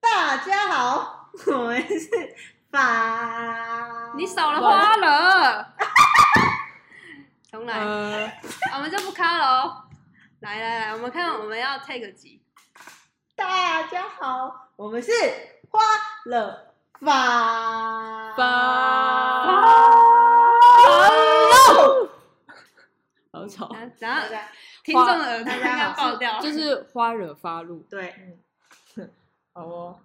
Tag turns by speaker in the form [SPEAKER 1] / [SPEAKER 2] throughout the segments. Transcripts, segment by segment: [SPEAKER 1] 大家好， 我们是法。
[SPEAKER 2] 你少了花 了，重来，
[SPEAKER 3] 呃，
[SPEAKER 2] 啊我们就不卡了哦。来来来，我们看我们要 take 几？
[SPEAKER 1] 大家好，我们是花了法哦
[SPEAKER 3] 法好
[SPEAKER 1] 哦
[SPEAKER 3] 吵，
[SPEAKER 2] 然
[SPEAKER 1] 大
[SPEAKER 2] 后然后
[SPEAKER 1] 家
[SPEAKER 2] 听众的耳朵
[SPEAKER 1] 大
[SPEAKER 2] 应
[SPEAKER 1] 家
[SPEAKER 2] 该
[SPEAKER 1] 好
[SPEAKER 2] 爆掉。
[SPEAKER 3] 就是花惹发怒。
[SPEAKER 1] 对，
[SPEAKER 3] 嗯好哦，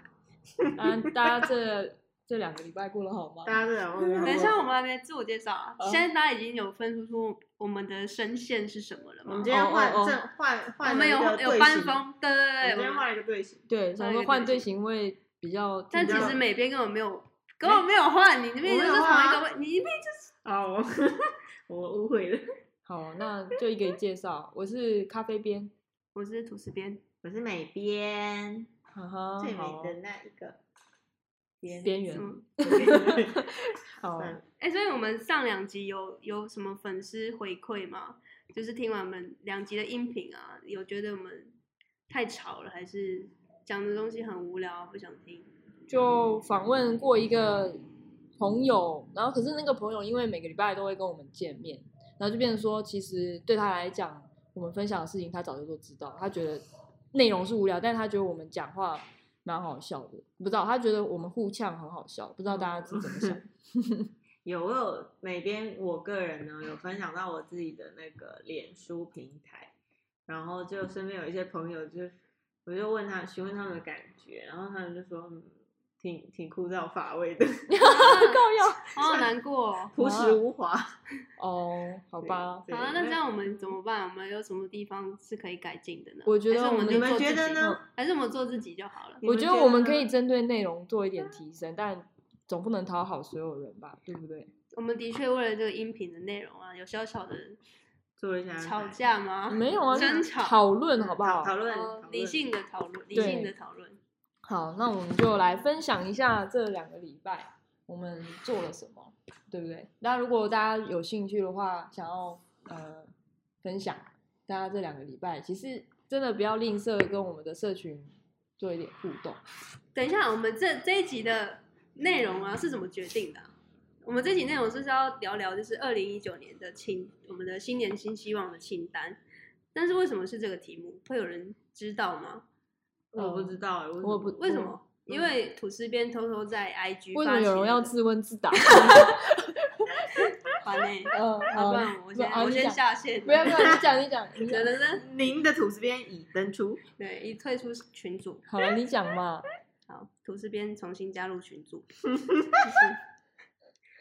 [SPEAKER 3] 嗯，大家这这两个礼拜过得好吗
[SPEAKER 1] 大？家好，我们
[SPEAKER 2] 等一下，我们还没自我介绍啊。
[SPEAKER 1] 嗯
[SPEAKER 3] 哦
[SPEAKER 2] 现在大家已经有分出出我们的声线是什么了
[SPEAKER 1] 我
[SPEAKER 2] 吗
[SPEAKER 1] 们？今天换
[SPEAKER 3] 哦哦哦
[SPEAKER 1] 正换
[SPEAKER 2] 我
[SPEAKER 1] 换了
[SPEAKER 2] 们
[SPEAKER 1] 一
[SPEAKER 2] 有
[SPEAKER 1] 个
[SPEAKER 2] 有
[SPEAKER 1] 队
[SPEAKER 2] 班
[SPEAKER 1] 形，
[SPEAKER 2] 风，对
[SPEAKER 1] 我
[SPEAKER 2] 对
[SPEAKER 1] 们今
[SPEAKER 2] 对对
[SPEAKER 1] 天
[SPEAKER 2] 我们。
[SPEAKER 1] 换了一个队形，
[SPEAKER 3] 对，想说换队形会比较，
[SPEAKER 2] 但
[SPEAKER 1] 你
[SPEAKER 2] 其
[SPEAKER 1] 知道
[SPEAKER 2] 实每边根本没有，根本没有换，你那边
[SPEAKER 1] 哎我
[SPEAKER 2] 就
[SPEAKER 1] 没有
[SPEAKER 2] 是同
[SPEAKER 1] 换
[SPEAKER 2] 一
[SPEAKER 1] 啊
[SPEAKER 2] 个位，你一边就是
[SPEAKER 1] 哦，我误会了，
[SPEAKER 3] 好，那就一个介绍，我是咖啡边，
[SPEAKER 2] 我是吐司边，
[SPEAKER 1] 我是美编，
[SPEAKER 3] 哈
[SPEAKER 2] 哦
[SPEAKER 3] 哈，
[SPEAKER 1] 最
[SPEAKER 3] 好
[SPEAKER 1] 美的那一个边
[SPEAKER 3] 边
[SPEAKER 2] 什
[SPEAKER 3] 缘，
[SPEAKER 2] 么？
[SPEAKER 3] 好，
[SPEAKER 1] 嗯
[SPEAKER 2] 哎、所以我们上两集有有什么粉丝回馈吗？就是听完我们两集的音频啊，有觉得我们太吵了，还是讲的东西很无聊，不想听？
[SPEAKER 3] 就访问过一个朋友，然后可是那个朋友因为每个礼拜都会跟我们见面，然后就变成说，其实对他来讲，我们分享的事情他早就都知道，他觉得内容是无聊，但是他觉得我们讲话蛮好笑的，不知道他觉得我们互呛很好笑，不知道大家是怎么想。
[SPEAKER 1] 有我有每边我个人呢有分享到我自己的那个脸书平台，然后就身边有一些朋友就我就问他询问他们的感觉，然后他们就说、嗯、挺挺枯燥乏味的，
[SPEAKER 2] 啊
[SPEAKER 3] 要
[SPEAKER 2] 好好难过、哦。
[SPEAKER 1] 朴实无华。
[SPEAKER 3] 哦，啊好吧，
[SPEAKER 1] 对
[SPEAKER 2] 好啊，那这样我们怎么办？我们有什么地方是可以改进的呢？
[SPEAKER 3] 我觉得
[SPEAKER 2] 还是我
[SPEAKER 3] 我们
[SPEAKER 2] 就
[SPEAKER 1] 你们
[SPEAKER 2] 做
[SPEAKER 1] 觉
[SPEAKER 2] 自
[SPEAKER 1] 得
[SPEAKER 2] 己
[SPEAKER 1] 呢？
[SPEAKER 2] 还是我们做自己就好了。
[SPEAKER 1] 你
[SPEAKER 3] 我
[SPEAKER 1] 们
[SPEAKER 3] 觉
[SPEAKER 1] 觉
[SPEAKER 3] 得
[SPEAKER 1] 得
[SPEAKER 3] 我们
[SPEAKER 1] 呢
[SPEAKER 3] 可以针对内容做一点提升，但总不能讨好所有人吧，对不对？
[SPEAKER 2] 我们的确为了这个音频的内容啊，有小小的
[SPEAKER 1] 做一下
[SPEAKER 2] 吵架吗？
[SPEAKER 3] 没有啊，
[SPEAKER 2] 争吵
[SPEAKER 3] 讨论好不好？
[SPEAKER 1] 讨论
[SPEAKER 2] 哦
[SPEAKER 1] 讨论
[SPEAKER 2] 理性的讨论，理
[SPEAKER 3] 对
[SPEAKER 2] 性的讨论。
[SPEAKER 3] 好，那我们就来分享一下这两个礼拜我们做了什么，对不对？那如果大家有兴趣的话，想要呃分享大家这两个礼拜，其实真的不要吝啬跟我们的社群做一点互动。
[SPEAKER 2] 等一下，我们这这一集的内容啊是怎么决定的啊、我们这集内容就是要聊聊，就是二零一九年的清，我们的新年新希望的清单。但是为什么是这个题目？会有人知道吗？
[SPEAKER 1] 我不知道、欸，
[SPEAKER 3] 哦我也不
[SPEAKER 2] 为什么？
[SPEAKER 1] 嗯
[SPEAKER 2] 因为吐司边偷偷在 IG
[SPEAKER 3] 为什么有人要自问自答？
[SPEAKER 2] 烦呢？
[SPEAKER 3] 嗯，
[SPEAKER 2] 要
[SPEAKER 3] 好
[SPEAKER 2] 不，然我先
[SPEAKER 3] 啊
[SPEAKER 2] 我
[SPEAKER 3] 你
[SPEAKER 2] 先
[SPEAKER 3] 讲
[SPEAKER 2] 下线。
[SPEAKER 3] 不要 不要，你讲你讲 你
[SPEAKER 2] 觉
[SPEAKER 3] 讲，
[SPEAKER 2] 得呢？
[SPEAKER 1] 您的吐司边已登 出，
[SPEAKER 2] 对，一退出群组，
[SPEAKER 3] 好了，你讲嘛。
[SPEAKER 2] 好，吐司边重新加入群组。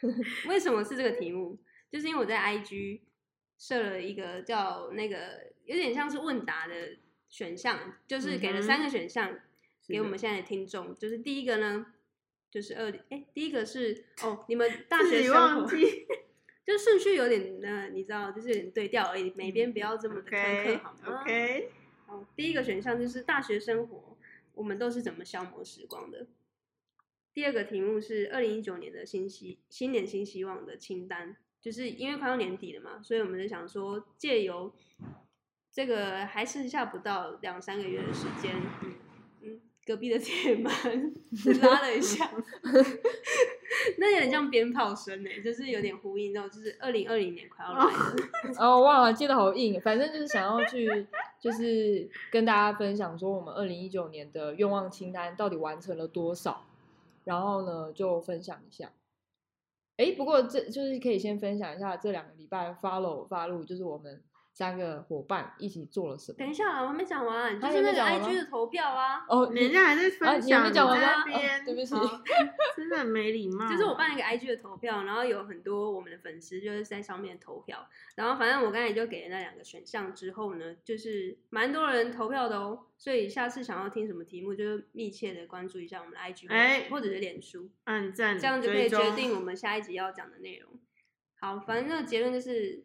[SPEAKER 2] 就是为什么是这个题目？就是因为我在 IG 设了一个叫那个有点像是问答的选项，就是给了
[SPEAKER 1] 嗯哼
[SPEAKER 2] 三个选项、给
[SPEAKER 1] 是
[SPEAKER 2] 我
[SPEAKER 1] 的
[SPEAKER 2] 们现在的听众。就是第一个呢，就是二哎，第一个是哦，你 们大
[SPEAKER 1] 自
[SPEAKER 2] 学
[SPEAKER 1] 己
[SPEAKER 2] 生
[SPEAKER 1] 忘
[SPEAKER 2] 活
[SPEAKER 1] 记
[SPEAKER 2] 就顺序有点呃，你知道，就是有点对调而已，每边不要这么的苛刻
[SPEAKER 1] 嗯，OK
[SPEAKER 2] 好吗
[SPEAKER 1] OK，
[SPEAKER 2] 好，第一个选项就是大学生活，我们都是怎么消磨时光的。第二个题目是二零一九年的新希新年新希望的清单，就是因为快要年底了嘛，所以我们就想说借由这个还剩下不到两三个月的时间，嗯，隔壁的铁门 拉了一 下，那有点像鞭炮声呢、就是有点呼应到，就是二零二零年快要来了。
[SPEAKER 3] 哦，哇，接的好硬，反正就是想要去，就是跟大家分享说我们二零一九年的愿望清单到底完成了多少，然后呢就分享一下。诶，不过这就是可以先分享一下这两个礼拜 follow 发路，就是我们三个伙伴一起做了什么。
[SPEAKER 2] 等一下啊，我还没讲完，就
[SPEAKER 3] 还
[SPEAKER 2] 是那
[SPEAKER 3] 没
[SPEAKER 2] 个
[SPEAKER 3] 讲完
[SPEAKER 2] IG
[SPEAKER 3] 吗
[SPEAKER 2] 的投票啊，
[SPEAKER 3] 哦，
[SPEAKER 1] 人家还在
[SPEAKER 3] 啊，
[SPEAKER 1] 分
[SPEAKER 3] 你还
[SPEAKER 1] 享，
[SPEAKER 3] 没讲完吗？
[SPEAKER 1] 你
[SPEAKER 3] 哦
[SPEAKER 1] 在那边
[SPEAKER 3] 对不起，
[SPEAKER 2] 好
[SPEAKER 1] 真的很没礼貌。
[SPEAKER 2] 就是
[SPEAKER 3] 嗯
[SPEAKER 2] 我办了一个 IG 的投票，然后有很多我们的粉丝就是在上面投票，然后反正我刚才就给了那两个选项之后呢，就是蛮多人投票的哦，所以下次想要听什么题目，就是密切的关注一下我们的 IG
[SPEAKER 1] 哎
[SPEAKER 2] 或者是脸书，
[SPEAKER 1] 按
[SPEAKER 3] 嗯
[SPEAKER 1] 赞，
[SPEAKER 2] 这样就可以
[SPEAKER 1] 追踪
[SPEAKER 2] 决定我们下一集要讲的内容。好，反正那个结论就是，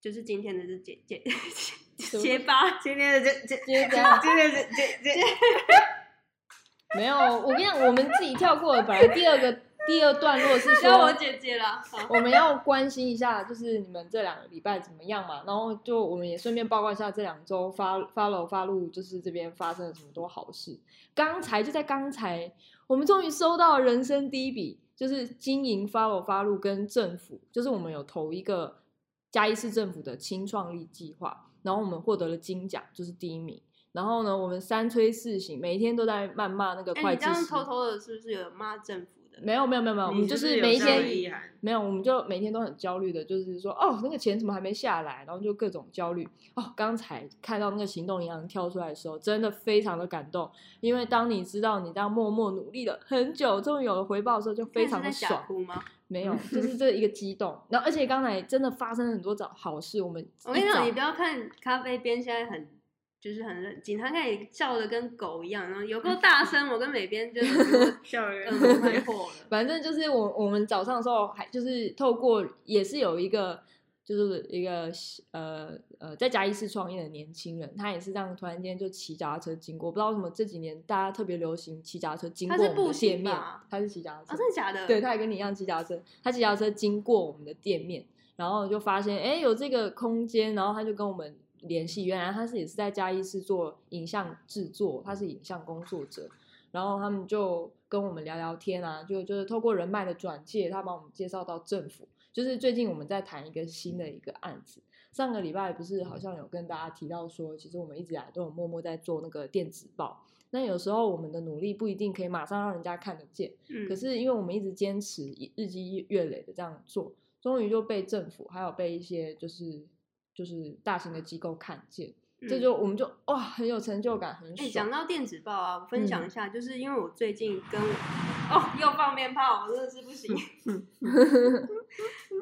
[SPEAKER 2] 就是今天的这结结
[SPEAKER 3] 么
[SPEAKER 2] 结巴，
[SPEAKER 1] 今天的这这
[SPEAKER 3] 接着啊。
[SPEAKER 1] 今天的这这这
[SPEAKER 3] 没有，我跟你讲，我们自己跳过了，本来第二个第二段落是
[SPEAKER 2] 叫我
[SPEAKER 3] 说
[SPEAKER 2] 姐姐啦。好
[SPEAKER 3] 我们要关心一下，就是你们这两个礼拜怎么样嘛？然后就我们也顺便报告一下这两周发发楼发路，就是这边发生了什么多好事。刚才就在刚才，我们终于收到人生第一笔，就是经营发楼发路跟政府，就是我们有投一个嘉义市政府的青创力计划，然后我们获得了金奖，就是第一名。然后呢，我们三催四请，每一天都在谩骂那个
[SPEAKER 2] 哎、
[SPEAKER 3] 会
[SPEAKER 2] 你
[SPEAKER 3] 计
[SPEAKER 2] 这
[SPEAKER 3] 师。
[SPEAKER 2] 样偷偷的，是不是有骂政府的？
[SPEAKER 3] 没有没有没有没有，我
[SPEAKER 1] 你
[SPEAKER 3] 们
[SPEAKER 1] 是
[SPEAKER 3] 就
[SPEAKER 1] 不是有
[SPEAKER 3] 每一
[SPEAKER 1] 这样
[SPEAKER 3] 天
[SPEAKER 1] 的意涵
[SPEAKER 3] 没有，我们就每天都很焦虑的，就是说，哦，那个钱怎么还没下来？然后就各种焦虑。哦，刚才看到那个行动银行跳出来的时候，真的非常的感动，因为当你知道你这样默默努力了很久，终于有了回报的时候，就非常
[SPEAKER 2] 看
[SPEAKER 3] 的
[SPEAKER 2] 你是在假
[SPEAKER 3] 爽。
[SPEAKER 2] 哭吗？
[SPEAKER 3] 没 有，就是这一个激动。然后，而且刚才真的发生了很多早好事，我们
[SPEAKER 2] 我跟你
[SPEAKER 3] 一
[SPEAKER 2] 讲，
[SPEAKER 3] 早
[SPEAKER 2] 你不要看咖啡边现在很就是很冷静，他看你笑的跟狗一样，然后有够大声，我跟美边就是
[SPEAKER 1] 校园
[SPEAKER 2] 耳朵 快破了。
[SPEAKER 3] 反正就是我我们早上的时候还就是透过也是有一个就是一个呃呃在嘉义市创业的年轻人，他也是这样突然间就骑脚踏车经过，不知道为什么这几年大家特别流行骑脚踏车经过
[SPEAKER 2] 他是
[SPEAKER 3] 我们
[SPEAKER 2] 步
[SPEAKER 3] 的
[SPEAKER 2] 行
[SPEAKER 3] 店面
[SPEAKER 2] 吧，
[SPEAKER 3] 他是骑脚踏车，
[SPEAKER 2] 啊，真的假的？
[SPEAKER 3] 对，他也跟你一样骑脚踏车，他骑脚踏车经过我们的店面，然后就发现哎有这个空间，然后他就跟我们联系，原来他是也是在嘉义市做影像制作，他是影像工作者，然后他们就跟我们聊聊天啊，就就是透过人脉的转介，他把我们介绍到政府，就是最近我们在谈一个新的一个案子。上个礼拜不是好像有跟大家提到说，其实我们一直以来都有默默在做那个电子报。那有时候我们的努力不一定可以马上让人家看得见，
[SPEAKER 2] 嗯，
[SPEAKER 3] 可是因为我们一直坚持一日积月累的这样做，终于就被政府还有被一些就是就是大型的机构看见，这
[SPEAKER 2] 嗯
[SPEAKER 3] 就我们就哇很有成就感，很
[SPEAKER 2] 哎、
[SPEAKER 3] 爽。嗯
[SPEAKER 2] 讲到电子报啊，我分享一下，就是因为我最近跟我哦又放鞭炮，我真的是不 行。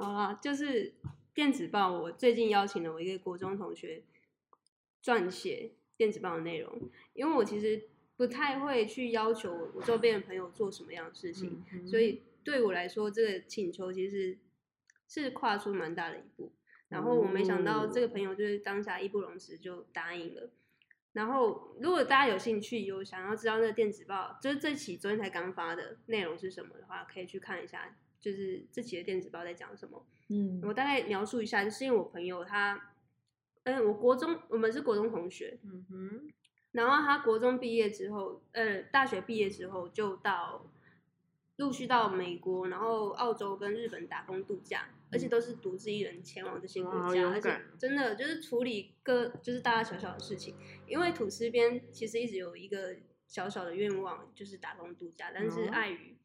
[SPEAKER 2] 好啦，就是电子报，我最近邀请了我一个国中同学撰写电子报的内容，因为我其实不太会去要求我我周边的朋友做什么样的事情，
[SPEAKER 1] 嗯哼
[SPEAKER 2] 所以对我来说，这个请求其实是跨出蛮大的一步。然后我没想到这个朋友就是当下义不容辞就答应了。然后如果大家有兴趣，有想要知道那个电子报，就是这期昨天才刚发的内容是什么的话，可以去看一下，就是这期的电子报在讲什么。
[SPEAKER 3] 嗯，
[SPEAKER 2] 我大概描述一下，就是因为我朋友他，嗯，我国中我们是国中同学，
[SPEAKER 1] 嗯哼，
[SPEAKER 2] 然后他国中毕业之后，呃，大学毕业之后就到陆续到美国，然后澳洲跟日本打工度假，而且都是独自一人前往这些国
[SPEAKER 1] 哇好
[SPEAKER 2] 家，
[SPEAKER 1] 勇
[SPEAKER 2] 而且
[SPEAKER 1] 敢哦
[SPEAKER 2] 真的就是处理各就是大大小小的事情。因为吐司边其实一直有一个小小的愿望，就是打工度假，但是
[SPEAKER 1] 哦
[SPEAKER 2] 碍于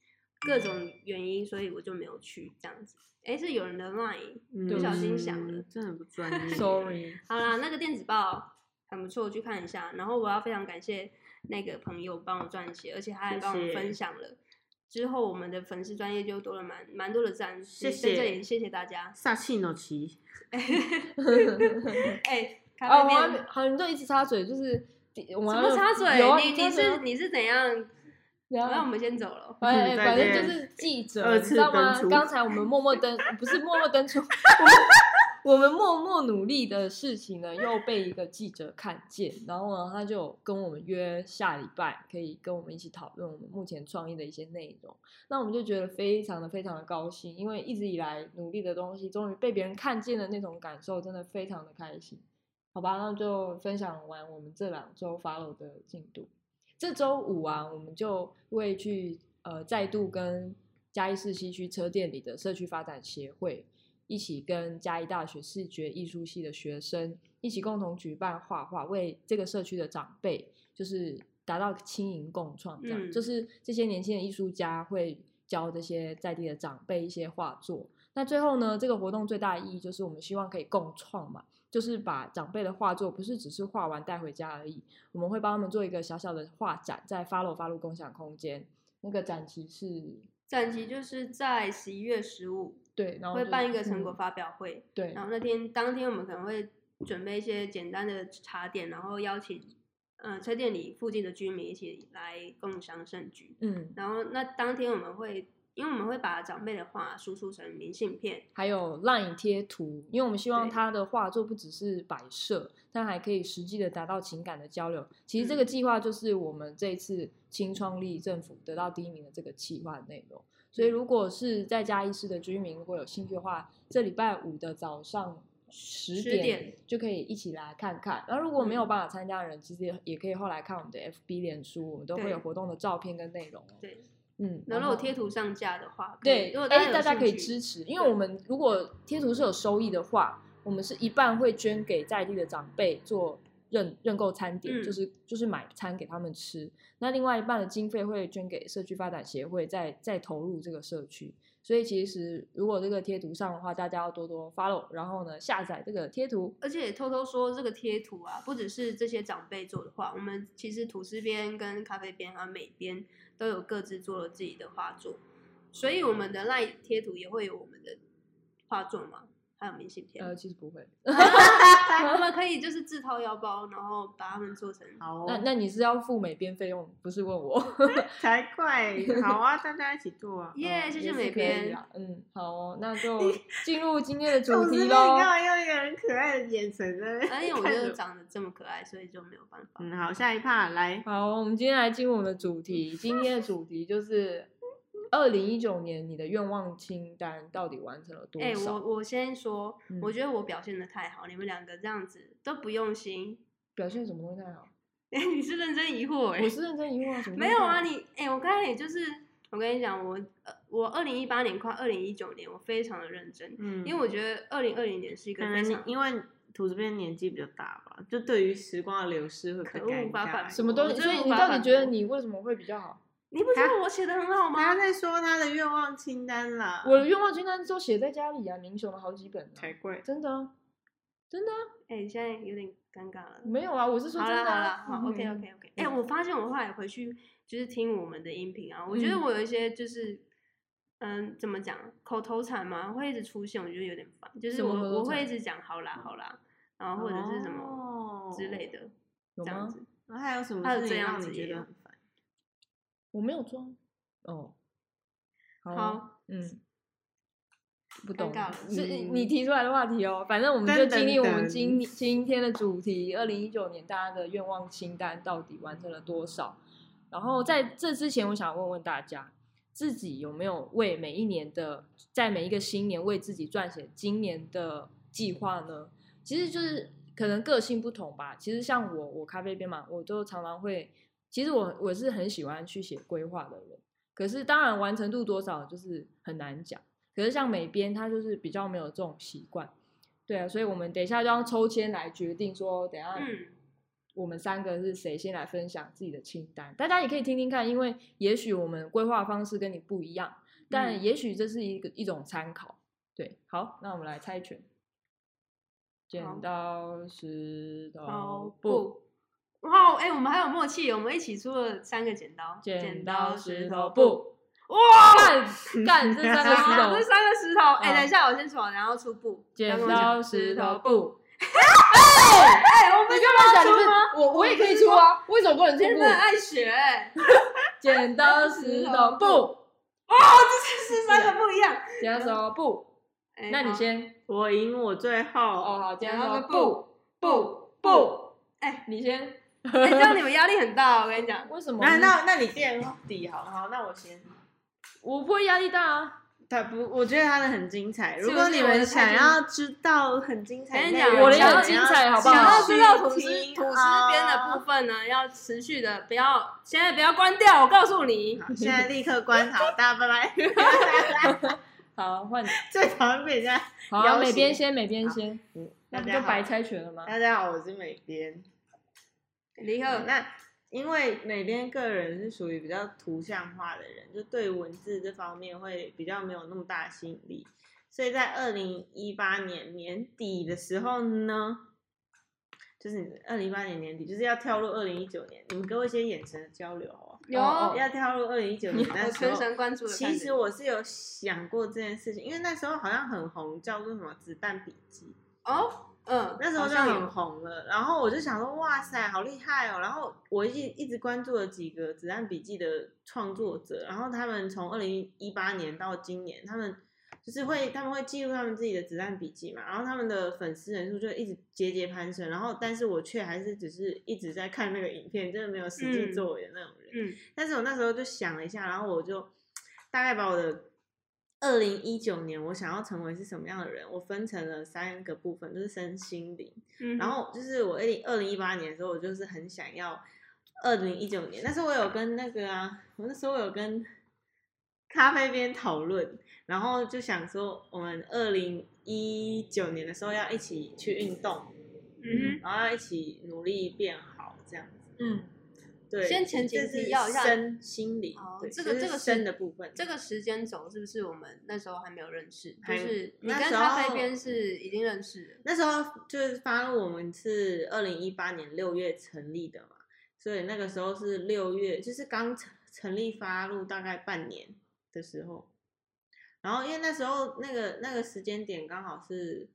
[SPEAKER 2] 各种原因，所以我就没有去这样子。哎，是有人的 line，
[SPEAKER 3] 不小
[SPEAKER 2] 心想了
[SPEAKER 1] 嗯真的很不专业。
[SPEAKER 3] sorry，
[SPEAKER 2] 好啦，那个电子报很不错，我去看一下。然后我要非常感谢那个朋友帮我撰写，而且他还
[SPEAKER 1] 谢
[SPEAKER 2] 帮我
[SPEAKER 1] 谢
[SPEAKER 2] 分享了。之后我们的粉丝专业就多了蛮蛮多的赞，
[SPEAKER 1] 谢
[SPEAKER 2] 在这
[SPEAKER 1] 谢
[SPEAKER 2] 里谢谢大家。
[SPEAKER 1] 萨奇诺奇，
[SPEAKER 2] 哎、咖啡
[SPEAKER 3] 啊，我
[SPEAKER 2] 店、
[SPEAKER 3] 要好，你就一直插嘴，就是我
[SPEAKER 2] 什
[SPEAKER 3] 们
[SPEAKER 2] 么
[SPEAKER 3] 要
[SPEAKER 2] 插嘴？
[SPEAKER 3] 有啊啊
[SPEAKER 2] 你你是
[SPEAKER 3] 然
[SPEAKER 2] 你是怎样？
[SPEAKER 3] 后
[SPEAKER 2] 那我们先走了。
[SPEAKER 3] 反正
[SPEAKER 1] 嗯再
[SPEAKER 3] 哎反正就
[SPEAKER 1] 见
[SPEAKER 3] 是记者，
[SPEAKER 1] 二
[SPEAKER 3] 你知
[SPEAKER 1] 次
[SPEAKER 3] 道吗
[SPEAKER 1] 登？出
[SPEAKER 3] 刚才我们默默登，不是默默 登出，我们我们默默努力的事情呢，又被一个记者看见，然后呢，他就跟我们约下礼拜可以跟我们一起讨论我们目前创业的一些内容。那我们就觉得非常的非常的高兴，因为一直以来努力的东西，终于被别人看见的那种感受，真的非常的开心。好吧，那就分享完我们这两周 follow 的进度。这周五啊，我们就会去呃再度跟嘉义市西区车店里的社区发展协会一起跟嘉义大学视觉艺术系的学生一起共同举办画画，为这个社区的长辈就是达到轻盈共创，这样、
[SPEAKER 2] 嗯
[SPEAKER 3] 就是这些年轻的艺术家会教这些在地的长辈一些画作。那最后呢，这个活动最大的意义就是我们希望可以共创嘛，就是把长辈的画作不是只是画完带回家而已，我们会帮他们做一个小小的画展，在发楼发路共享空间。那个展期是
[SPEAKER 2] 展期就是在十一月十五
[SPEAKER 3] 对，然后
[SPEAKER 2] 会
[SPEAKER 3] 就
[SPEAKER 2] 办
[SPEAKER 3] 是
[SPEAKER 2] 一个成果嗯
[SPEAKER 3] 嗯
[SPEAKER 2] 发表会，
[SPEAKER 3] 对
[SPEAKER 2] 然后那天当天我们可能会准备一些简单的茶点，然后邀请嗯车店里附近的居民一起来共享盛举。
[SPEAKER 3] 嗯
[SPEAKER 2] 然后那当天我们会因为我们会把长辈的话输出成明信片，
[SPEAKER 3] 还有 LINE 贴图，因为我们希望
[SPEAKER 2] 对
[SPEAKER 3] 他的画作不只是摆设，但还可以实际的达到情感的交流。其实这个
[SPEAKER 2] 嗯
[SPEAKER 3] 计划就是我们这一次青创立政府得到第一名的这个计划的内容。所
[SPEAKER 2] 嗯
[SPEAKER 3] 以如果是在嘉义市的居民，如果有兴趣的话，这礼拜五的早上十
[SPEAKER 2] 10
[SPEAKER 3] 点
[SPEAKER 2] 点
[SPEAKER 3] 就可以一起来看看。然后如果没有
[SPEAKER 2] 嗯
[SPEAKER 3] 办法参加的人，其实也也可以后来看我们的 FB 脸书，我们都会
[SPEAKER 2] 对
[SPEAKER 3] 有活动的照片跟内容哦。
[SPEAKER 2] 对。
[SPEAKER 3] 嗯，
[SPEAKER 2] 然后如
[SPEAKER 3] 后
[SPEAKER 2] 果贴图上架的话，可以
[SPEAKER 3] 对，
[SPEAKER 2] 如果
[SPEAKER 3] 但
[SPEAKER 2] 家
[SPEAKER 3] 是
[SPEAKER 2] 有
[SPEAKER 3] 大家可以
[SPEAKER 2] 兴趣
[SPEAKER 3] 支持，因为我们如果贴图是有收益的话，我们是一半会捐给在地的长辈做认认购餐点，
[SPEAKER 2] 嗯
[SPEAKER 3] 就是就是买餐给他们吃，那另外一半的经费会捐给社区发展协会再，再投入这个社区。所以其实如果这个贴图上的话，大家要多多 follow，然后呢下载这个贴图，
[SPEAKER 2] 而且偷偷说，这个贴图啊，不只是这些长辈做的画，我们其实吐司边、跟咖啡边还有美边都有各自做了自己的画作，所以我们的赖贴图也会有我们的画作嘛，还有明信片。
[SPEAKER 3] 呃，其实不会。
[SPEAKER 2] 我 们可以就是自掏腰包，然后把它们做成。
[SPEAKER 1] 好、哦，
[SPEAKER 3] 那那你是要付美编费用，不是问我。
[SPEAKER 1] 才怪，好啊，大家一起做啊。
[SPEAKER 2] 耶、
[SPEAKER 3] 嗯
[SPEAKER 2] 谢
[SPEAKER 3] 也
[SPEAKER 2] 谢
[SPEAKER 3] 是
[SPEAKER 2] 美
[SPEAKER 3] 可以
[SPEAKER 2] 编。
[SPEAKER 3] 啦嗯，好哦，那 就进入今天的
[SPEAKER 1] 总
[SPEAKER 3] 主
[SPEAKER 1] 之，
[SPEAKER 3] 题
[SPEAKER 1] 你
[SPEAKER 3] 喽。
[SPEAKER 1] 干嘛用一个很可爱的眼神在那边
[SPEAKER 2] 而且我
[SPEAKER 1] 看
[SPEAKER 2] 就
[SPEAKER 1] 着
[SPEAKER 2] 长得这么可爱，所以就没有办法。
[SPEAKER 1] 嗯，好，下一趴来。
[SPEAKER 3] 好，我们今天来进入我们的主题。今天的主题 就是二零一九年你的愿望清单到底完成了多
[SPEAKER 2] 哎、
[SPEAKER 3] 少？
[SPEAKER 2] 我我先说，我
[SPEAKER 3] 嗯
[SPEAKER 2] 觉得我表现的太好，你们两个这样子都不用心，
[SPEAKER 3] 表现什么东西太好？
[SPEAKER 2] 你是认真疑惑哎、
[SPEAKER 3] 我是认真疑问啊，什么
[SPEAKER 2] 没有啊，
[SPEAKER 3] 你
[SPEAKER 2] 你哎、我刚才也就是，我跟你讲，我呃，我二零一八年跨二零一九年，我非常的认真，
[SPEAKER 1] 嗯，
[SPEAKER 2] 因为我觉得二零二零年是一
[SPEAKER 1] 可
[SPEAKER 2] 个
[SPEAKER 3] 嗯
[SPEAKER 2] 非
[SPEAKER 1] 能你
[SPEAKER 2] 常
[SPEAKER 1] 因为土这边年纪比较大吧，就对于时光的流逝会比较
[SPEAKER 2] 可恶
[SPEAKER 1] 尴
[SPEAKER 2] 无法
[SPEAKER 1] 尬
[SPEAKER 2] 反
[SPEAKER 1] 一
[SPEAKER 3] 什么
[SPEAKER 1] 点
[SPEAKER 2] 我
[SPEAKER 3] 东西？
[SPEAKER 2] 真
[SPEAKER 3] 所以
[SPEAKER 2] 的无
[SPEAKER 3] 你
[SPEAKER 2] 法
[SPEAKER 3] 到底
[SPEAKER 2] 反
[SPEAKER 3] 觉得
[SPEAKER 2] 驳
[SPEAKER 3] 你为什么会比较好？
[SPEAKER 2] 你不觉
[SPEAKER 3] 啊
[SPEAKER 2] 得我写的很好
[SPEAKER 1] 他
[SPEAKER 2] 吗？
[SPEAKER 1] 在说他的愿望清单啦，
[SPEAKER 2] 啊
[SPEAKER 3] 我的愿望清单都写在家里啊，明雄的好几本啊，
[SPEAKER 1] 才怪。
[SPEAKER 3] 真的啊，真的啊
[SPEAKER 2] 哎、你现在有点尴尬了。
[SPEAKER 3] 没有啊，我是说
[SPEAKER 2] 好
[SPEAKER 3] 真
[SPEAKER 2] 啦
[SPEAKER 3] 的
[SPEAKER 2] 好
[SPEAKER 3] 啊
[SPEAKER 2] 啦，。好，OK
[SPEAKER 3] 嗯
[SPEAKER 2] OK OK。哎，我发现我后来回去就是听我们的音频啊，我觉得
[SPEAKER 3] 嗯
[SPEAKER 2] 我有一些就是，嗯，怎么讲，口头禅嘛，会一直出现，我觉得有点烦。就
[SPEAKER 3] 什
[SPEAKER 2] 是
[SPEAKER 3] 么
[SPEAKER 2] 我
[SPEAKER 3] 口头
[SPEAKER 2] 我会一
[SPEAKER 3] 禅
[SPEAKER 2] 直讲好啦好啦，然后或者是什么
[SPEAKER 1] 么
[SPEAKER 2] 之类。的，
[SPEAKER 3] 哦有
[SPEAKER 2] 这样
[SPEAKER 3] 吗？
[SPEAKER 2] 子。
[SPEAKER 1] 然后哦还有什么
[SPEAKER 2] 还有
[SPEAKER 1] 事情
[SPEAKER 2] 这样
[SPEAKER 1] 让
[SPEAKER 2] 子
[SPEAKER 1] 你觉
[SPEAKER 2] 也
[SPEAKER 1] 得
[SPEAKER 2] 有
[SPEAKER 1] 很烦？
[SPEAKER 3] 我没有装哦。好哦
[SPEAKER 2] 好，
[SPEAKER 3] 嗯，不懂
[SPEAKER 2] 尴尬了
[SPEAKER 3] 是
[SPEAKER 1] 嗯
[SPEAKER 3] 你提出来的话题哦。反正我们就
[SPEAKER 1] 噔噔
[SPEAKER 3] 经历我们
[SPEAKER 1] 噔
[SPEAKER 3] 今今天的主题，二零一九年大家的愿望清单到底完成了多少？然后在这之前，我想问问大家，自己有没有为每一年的，在每一个新年为自己撰写今年的计划呢？其实就是可能个性不同吧。其实像我，我咖啡边嘛，我就常常会，其实我我是很喜欢去写规划的人，可是当然完成度多少就是很难讲。可是像美编，他就是比较没有这种习惯，对啊，所以我们等一下就要抽签来决定说，等一下
[SPEAKER 2] 嗯，
[SPEAKER 3] 我们三个是谁先来分享自己的清单，大家也可以听听看，因为也许我们规划方式跟你不一样，但
[SPEAKER 2] 嗯
[SPEAKER 3] 也许这是一个一种参考。对，好，那我们来猜拳，剪
[SPEAKER 2] 好
[SPEAKER 3] 刀石头
[SPEAKER 2] 哦
[SPEAKER 3] 布，
[SPEAKER 2] 不，哇，哎，我们还有默契，我们一起出了三个剪刀，
[SPEAKER 3] 剪
[SPEAKER 2] 刀
[SPEAKER 3] 刀石头
[SPEAKER 2] 布。
[SPEAKER 3] 布，
[SPEAKER 2] 哇，
[SPEAKER 3] 干 干这三个
[SPEAKER 1] 石
[SPEAKER 2] 啊
[SPEAKER 3] 石
[SPEAKER 2] 这
[SPEAKER 3] 头，
[SPEAKER 2] 三个石头，哎，
[SPEAKER 3] 好
[SPEAKER 2] 等一下，我先出，然后出布，不要
[SPEAKER 3] 剪
[SPEAKER 2] 跟我讲
[SPEAKER 3] 刀石头布。
[SPEAKER 2] 哎，我们
[SPEAKER 3] 你干嘛讲？你
[SPEAKER 2] 出吗？
[SPEAKER 3] 不我我也
[SPEAKER 2] 不
[SPEAKER 3] 可以
[SPEAKER 2] 是
[SPEAKER 3] 出
[SPEAKER 2] 说
[SPEAKER 3] 啊，为什么不能出
[SPEAKER 2] 真
[SPEAKER 3] 布
[SPEAKER 2] 的？爱学、欸，
[SPEAKER 3] 剪刀石头布，
[SPEAKER 2] 这 是三个不一样。
[SPEAKER 3] 剪刀石头布。
[SPEAKER 2] 哎
[SPEAKER 3] 那你
[SPEAKER 2] 好
[SPEAKER 3] 先
[SPEAKER 1] 我赢我最
[SPEAKER 3] 哦，
[SPEAKER 1] 后，
[SPEAKER 3] 好，剪
[SPEAKER 2] 剪
[SPEAKER 3] 刀
[SPEAKER 2] 刀
[SPEAKER 3] 石
[SPEAKER 2] 石
[SPEAKER 3] 头
[SPEAKER 2] 头
[SPEAKER 3] 布布
[SPEAKER 2] 布
[SPEAKER 3] 布。
[SPEAKER 2] 哎
[SPEAKER 3] 你先。
[SPEAKER 2] 哎、这样你们压力很大，我跟你讲。
[SPEAKER 3] 为什么？
[SPEAKER 1] 那那那你垫底好好，那我先。
[SPEAKER 3] 我不会压力大啊。
[SPEAKER 1] 他不，我觉得他的很精彩。
[SPEAKER 2] 是不
[SPEAKER 1] 如
[SPEAKER 2] 是
[SPEAKER 1] 果你
[SPEAKER 2] 我
[SPEAKER 1] 们
[SPEAKER 2] 的太
[SPEAKER 1] 想
[SPEAKER 2] 精
[SPEAKER 1] 要知道很精彩
[SPEAKER 2] 跟你
[SPEAKER 1] 内
[SPEAKER 2] 讲
[SPEAKER 1] 容，
[SPEAKER 2] 我的也
[SPEAKER 1] 想
[SPEAKER 2] 很
[SPEAKER 3] 精彩好不好
[SPEAKER 2] 想要知道
[SPEAKER 1] 去
[SPEAKER 2] 吐司
[SPEAKER 1] 听啊
[SPEAKER 2] 吐司边的部分呢，要持续的，不要现在不要关掉，我告诉你。
[SPEAKER 1] 好，现在立刻关好，大家拜拜。
[SPEAKER 3] 好，换 你。
[SPEAKER 1] 最讨厌被人家。
[SPEAKER 3] 好啊，
[SPEAKER 1] 要挟
[SPEAKER 3] 美边先，美边先。那
[SPEAKER 1] 大
[SPEAKER 3] 不
[SPEAKER 1] 家
[SPEAKER 3] 就
[SPEAKER 1] 好
[SPEAKER 3] 白猜拳了吗？
[SPEAKER 1] 大家好，我是美编。
[SPEAKER 2] 李
[SPEAKER 1] 呃
[SPEAKER 2] 贺，
[SPEAKER 1] 那因为美编个人是属于比较图像化的人，就对文字这方面会比较没有那么大吸引力，所以在二零一八年年底的时候呢，就是二零一八年年底，就是要跳入二零一九年，你们给我一些眼神的交流哦，
[SPEAKER 2] 有、
[SPEAKER 3] 哦
[SPEAKER 1] 要跳入二零一九 年那
[SPEAKER 2] 我
[SPEAKER 1] 时
[SPEAKER 2] 全
[SPEAKER 1] 候。
[SPEAKER 2] 神贯注的。
[SPEAKER 1] 其实我是有想过这件事情，因为那时候好像很红，叫做什么《子弹笔记》，
[SPEAKER 2] 哦，嗯，
[SPEAKER 1] 那时候
[SPEAKER 2] 好
[SPEAKER 1] 就
[SPEAKER 2] 像
[SPEAKER 1] 很
[SPEAKER 2] 有
[SPEAKER 1] 红了，然后我就想说，哇塞，好厉害哦！然后我一直一直关注了几个《子弹笔记》的创作者，然后他们从二零一八年到今年，他们就是会他们会记录他们自己的《子弹笔记》嘛，然后他们的粉丝人数就一直节节攀升，然后但是我却还是只是一直在看那个影片，真的没有实际
[SPEAKER 2] 嗯
[SPEAKER 1] 作为的那种人。
[SPEAKER 2] 嗯
[SPEAKER 1] 但是我那时候就想了一下，然后我就大概把我的二零一九年我想要成为是什么样的人，我分成了三个部分，就是身心灵。
[SPEAKER 2] 嗯，
[SPEAKER 1] 然后就是我二零二零一八年的时候，我就是很想要二零一九年，但是我有跟那个啊，我那时候有跟咖啡边讨论，然后就想说我们二零一九年的时候要一起去运动，
[SPEAKER 2] 嗯
[SPEAKER 1] 然后要一起努力变好这样子。
[SPEAKER 3] 嗯，
[SPEAKER 1] 对，
[SPEAKER 2] 先前情
[SPEAKER 1] 这
[SPEAKER 2] 提
[SPEAKER 1] 是
[SPEAKER 2] 要一下
[SPEAKER 1] 身心灵，
[SPEAKER 2] 哦
[SPEAKER 1] 对
[SPEAKER 2] 这个
[SPEAKER 1] 就是
[SPEAKER 2] 这个是
[SPEAKER 1] 身的部分
[SPEAKER 2] 哼，，这个时间轴是不是我们那时候还没有认识？就
[SPEAKER 1] 还
[SPEAKER 2] 是你
[SPEAKER 1] 那
[SPEAKER 2] 跟
[SPEAKER 1] 时
[SPEAKER 2] 咖啡
[SPEAKER 1] 候
[SPEAKER 2] 边是已经认识了，
[SPEAKER 1] 那时候就是发入我们是二零一八年六月成立的嘛，所以那个时候是六月，就是刚成成立发入大概半年的时候，然后因为那时候那个那个时间点刚好是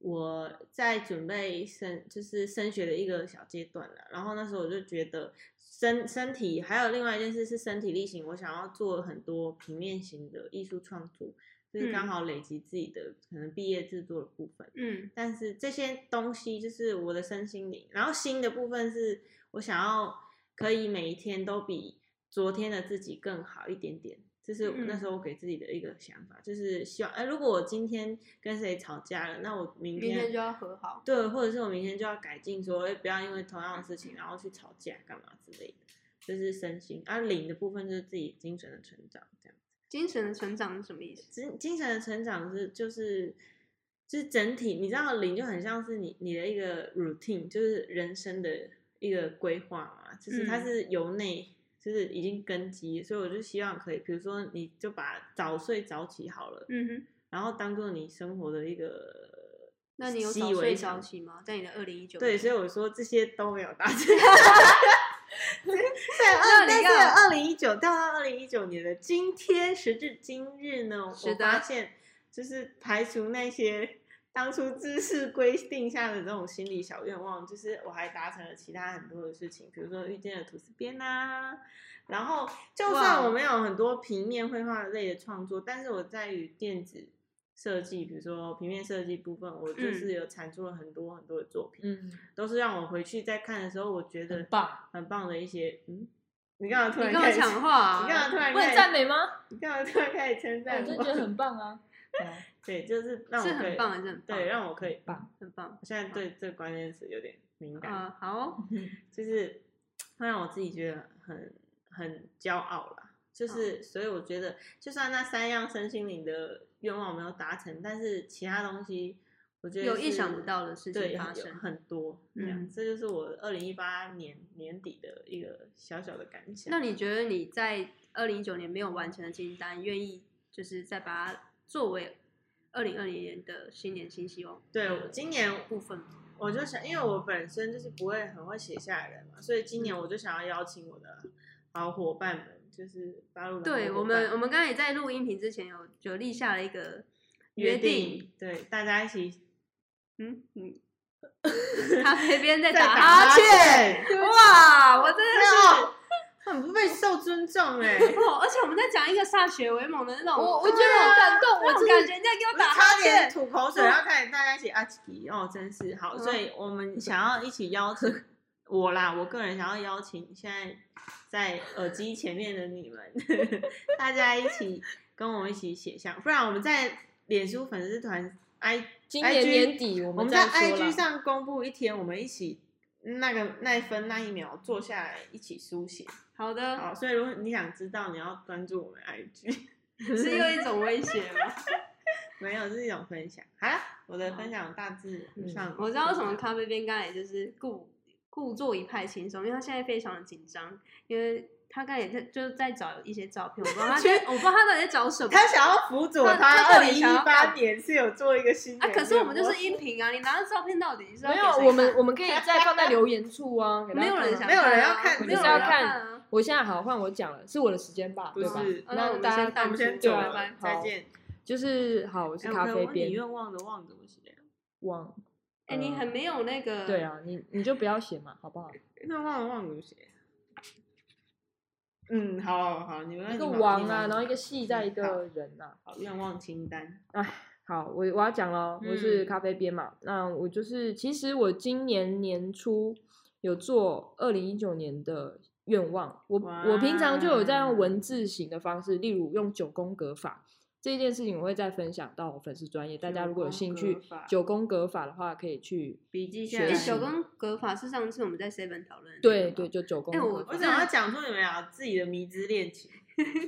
[SPEAKER 1] 我在准备升就是升学的一个小阶段了，然后那时候我就觉得身身体还有另外一件事是身体力行，我想要做很多平面型的艺术创作，就是刚
[SPEAKER 2] 嗯
[SPEAKER 1] 好累积自己的可能毕业制作的部分。
[SPEAKER 2] 嗯
[SPEAKER 1] 但是这些东西就是我的身心灵，然后新的部分是我想要可以每一天都比昨天的自己更好一点点，这是
[SPEAKER 2] 嗯
[SPEAKER 1] 那时候我给自己的一个想法，就是希望，哎、如果我今天跟谁吵架了，那我明
[SPEAKER 2] 明
[SPEAKER 1] 天
[SPEAKER 2] 天就要和好。
[SPEAKER 1] 对，或者是我明天就要改进说，哎，不要因为同样的事情然后去吵架干嘛之类的，这是身心，啊，灵的部分就是自己精神的成长这样。
[SPEAKER 2] 精神的成长是什么意思？
[SPEAKER 1] 精精神的成长是就是就是整体，你知道零就很像是你你的一个 routine，就是人生的一个规划嘛，就是它
[SPEAKER 2] 嗯
[SPEAKER 1] 是由内。就是已经根基，所以我就希望可以，比如说，你就把早睡早起好了，
[SPEAKER 2] 嗯哼，
[SPEAKER 1] 然后当做你生活的一个
[SPEAKER 2] 那你有
[SPEAKER 1] 习以
[SPEAKER 2] 早
[SPEAKER 1] 为
[SPEAKER 2] 睡早
[SPEAKER 1] 常
[SPEAKER 2] 起吗？在你的二零一九
[SPEAKER 1] 对，所以我说这些都没有达 成。对，
[SPEAKER 2] 那
[SPEAKER 1] 二
[SPEAKER 2] 你
[SPEAKER 1] 但是
[SPEAKER 2] 看
[SPEAKER 1] 二零一九掉到二零一九年的今天，时至今日呢，
[SPEAKER 2] 是
[SPEAKER 1] 我
[SPEAKER 2] 的
[SPEAKER 1] 发现就是排除那些当初知识规定下的这种心理小愿望，就是我还达成了其他很多的事情，比如说遇见了吐司边啊，然后就
[SPEAKER 2] 哇哦
[SPEAKER 1] 算我没有很多平面绘画类的创作，但是我在于电子。设计，比如说平面设计部分，我就
[SPEAKER 2] 嗯
[SPEAKER 1] 是有产出了很多很多的作品，
[SPEAKER 3] 嗯，
[SPEAKER 1] 都是让我回去再看的时候，我觉
[SPEAKER 3] 很
[SPEAKER 1] 得
[SPEAKER 3] 棒。
[SPEAKER 1] 很棒的一些。嗯，你干嘛突
[SPEAKER 2] 你
[SPEAKER 1] 然
[SPEAKER 2] 跟我
[SPEAKER 1] 开始？
[SPEAKER 2] 抢话、啊，
[SPEAKER 1] 你干嘛突然
[SPEAKER 3] 不能
[SPEAKER 1] 开
[SPEAKER 3] 赞
[SPEAKER 1] 始？
[SPEAKER 3] 美吗？
[SPEAKER 1] 你干嘛突然开始
[SPEAKER 2] 哦
[SPEAKER 1] 称
[SPEAKER 3] 我
[SPEAKER 1] 赞
[SPEAKER 3] 真觉得
[SPEAKER 1] 我？
[SPEAKER 3] 很棒啊。对啊
[SPEAKER 1] 对，就是让我
[SPEAKER 2] 是
[SPEAKER 1] 可
[SPEAKER 2] 很
[SPEAKER 1] 以，
[SPEAKER 2] 棒的，是嗯很棒，
[SPEAKER 1] 对，让我可以。
[SPEAKER 2] 很棒。
[SPEAKER 1] 我现在对这个关键词有点敏感，
[SPEAKER 2] 呃，好哦、
[SPEAKER 1] 就是会让我自己觉得很很骄傲啦。
[SPEAKER 2] 嗯
[SPEAKER 1] 就是，所以我觉得，就算那三样身心灵的愿望没有达成，但是其他东西，我觉得
[SPEAKER 2] 有意
[SPEAKER 1] 是
[SPEAKER 2] 想不到的事
[SPEAKER 1] 对
[SPEAKER 2] 情发
[SPEAKER 1] 有
[SPEAKER 2] 生。
[SPEAKER 1] 很多，这样，
[SPEAKER 2] 嗯
[SPEAKER 1] 这就是我二零一八年年底的一个小小的感想。
[SPEAKER 2] 那你觉得你在二零一九年没有完成的清单，愿意就是再把它作为二零二零年的新年新希望
[SPEAKER 1] 对我今年
[SPEAKER 2] 部分吗？
[SPEAKER 1] 我就想，因为我本身就是不会很会写下来的人嘛，所以今
[SPEAKER 2] 嗯
[SPEAKER 1] 年我就想要邀请我的好伙伴们，就是八路的
[SPEAKER 2] 对
[SPEAKER 1] 好
[SPEAKER 2] 我
[SPEAKER 1] 伙伴
[SPEAKER 2] 们，我们刚才也在录音频之前有有立下了一个
[SPEAKER 1] 约
[SPEAKER 2] 定。，
[SPEAKER 1] 对大家一起
[SPEAKER 2] 嗯嗯，咖啡边在
[SPEAKER 1] 在
[SPEAKER 2] 打
[SPEAKER 1] 哈
[SPEAKER 2] 哈欠。
[SPEAKER 1] 欠，
[SPEAKER 2] 哇，我真 的是。
[SPEAKER 1] 哦，很不被受尊重哎、
[SPEAKER 2] 哦，而且我们在讲一个歃血为盟的那种，啊
[SPEAKER 3] 我我觉得好感动，
[SPEAKER 2] 那
[SPEAKER 3] 我
[SPEAKER 2] 种
[SPEAKER 3] 真
[SPEAKER 2] 感
[SPEAKER 3] 的
[SPEAKER 2] 觉，你在给我
[SPEAKER 1] 我
[SPEAKER 2] 打
[SPEAKER 1] 差
[SPEAKER 2] 哈
[SPEAKER 1] 点
[SPEAKER 2] 欠，
[SPEAKER 1] 吐口水，然后差点大家一起啊起哦，真是好，
[SPEAKER 2] 嗯
[SPEAKER 1] 所以我们想要一起邀请我啦，我个人想要邀请现在在耳机前面的你们， 大家一起跟我们一起写下，不然我们在脸书粉丝团 i
[SPEAKER 3] 今年
[SPEAKER 1] IG
[SPEAKER 3] 年底我
[SPEAKER 1] 我们
[SPEAKER 3] 再
[SPEAKER 1] 在
[SPEAKER 3] 说
[SPEAKER 1] IG
[SPEAKER 3] 了。
[SPEAKER 1] 上公布一天，我们一起那个那一分那一秒坐下来一起书写。
[SPEAKER 2] 好的，
[SPEAKER 1] 好，所以如果你想知道，你要关注我们 IG，
[SPEAKER 2] 是又一种威胁吗？
[SPEAKER 1] 没有是一种分享。好了，我的分享大致上、
[SPEAKER 2] 嗯我知道为什么咖啡边刚才就是故故作一派轻松，因为他现在非常的紧张，因为他刚才也在就是在找一些照片，我不知道他在我不知道他到底在找什么。
[SPEAKER 1] 他想要辅佐
[SPEAKER 2] 他他
[SPEAKER 1] 他
[SPEAKER 2] 到
[SPEAKER 1] 二
[SPEAKER 2] 底
[SPEAKER 1] 零
[SPEAKER 2] 想要
[SPEAKER 1] 一
[SPEAKER 2] 干
[SPEAKER 1] 八
[SPEAKER 2] 嘛
[SPEAKER 1] 年是有做一个新
[SPEAKER 2] 啊，
[SPEAKER 1] 的愿望，
[SPEAKER 2] 可是我们就是音频啊，你拿到照片到底是要
[SPEAKER 3] 没
[SPEAKER 2] 给谁
[SPEAKER 3] 有，
[SPEAKER 2] 看
[SPEAKER 3] 我们我们 可以再放在留言处啊。给大
[SPEAKER 2] 没
[SPEAKER 3] 家
[SPEAKER 2] 有人
[SPEAKER 3] 看啊
[SPEAKER 2] 想看啊，
[SPEAKER 1] 没有人要看
[SPEAKER 2] 没有
[SPEAKER 3] 我们
[SPEAKER 2] 人
[SPEAKER 3] 是要
[SPEAKER 2] 看
[SPEAKER 3] 看
[SPEAKER 2] 啊。
[SPEAKER 3] 我现在好换我讲了，是我的时间吧，
[SPEAKER 1] 不
[SPEAKER 3] 对吧
[SPEAKER 1] 是？
[SPEAKER 2] 啊那我
[SPEAKER 3] 那
[SPEAKER 2] 们
[SPEAKER 3] 大
[SPEAKER 2] 先
[SPEAKER 3] 家
[SPEAKER 2] 淡
[SPEAKER 1] 我们先走
[SPEAKER 2] 出
[SPEAKER 3] 对
[SPEAKER 1] 了，
[SPEAKER 2] 拜
[SPEAKER 3] 啊
[SPEAKER 2] 拜
[SPEAKER 1] 再
[SPEAKER 3] 好
[SPEAKER 1] 见。
[SPEAKER 3] 就是好，我是
[SPEAKER 1] 哎
[SPEAKER 3] 咖
[SPEAKER 1] 我刚
[SPEAKER 3] 啡
[SPEAKER 1] 刚问你
[SPEAKER 3] 边
[SPEAKER 1] 愿望的忘怎么写啊？
[SPEAKER 3] 忘
[SPEAKER 2] 哎、你
[SPEAKER 3] 嗯
[SPEAKER 2] 很没有那个，
[SPEAKER 3] 对，啊，你你就不要写嘛，好不好？
[SPEAKER 1] 那忘了忘了写。嗯，好好，你们
[SPEAKER 3] 一个王啊，然后一个系在一
[SPEAKER 1] 好
[SPEAKER 3] 个人啊。
[SPEAKER 1] 好愿望清单，
[SPEAKER 3] 好，我我要讲了，我是
[SPEAKER 1] 嗯
[SPEAKER 3] 咖啡边嘛。那我就是，其实我今年年初有做二零一九年的愿望，我我平常就有在
[SPEAKER 1] 哇
[SPEAKER 3] 用文字型的方式，例如用九宫格法这件事情，我会再分享到我粉丝专业，大家如果有兴
[SPEAKER 1] 九
[SPEAKER 3] 趣
[SPEAKER 1] 宫格法，
[SPEAKER 3] 九宫格法的话可以去
[SPEAKER 1] 笔记下
[SPEAKER 3] 学
[SPEAKER 1] 来。
[SPEAKER 2] 哎、
[SPEAKER 3] 习
[SPEAKER 2] 九宫格法是上次我们在 Seven 讨论的那
[SPEAKER 3] 对
[SPEAKER 2] 个
[SPEAKER 3] 对，
[SPEAKER 2] 吗，
[SPEAKER 3] 就九宫
[SPEAKER 2] 哎
[SPEAKER 3] 格法，
[SPEAKER 1] 我想要讲出你们俩自己的迷之恋情，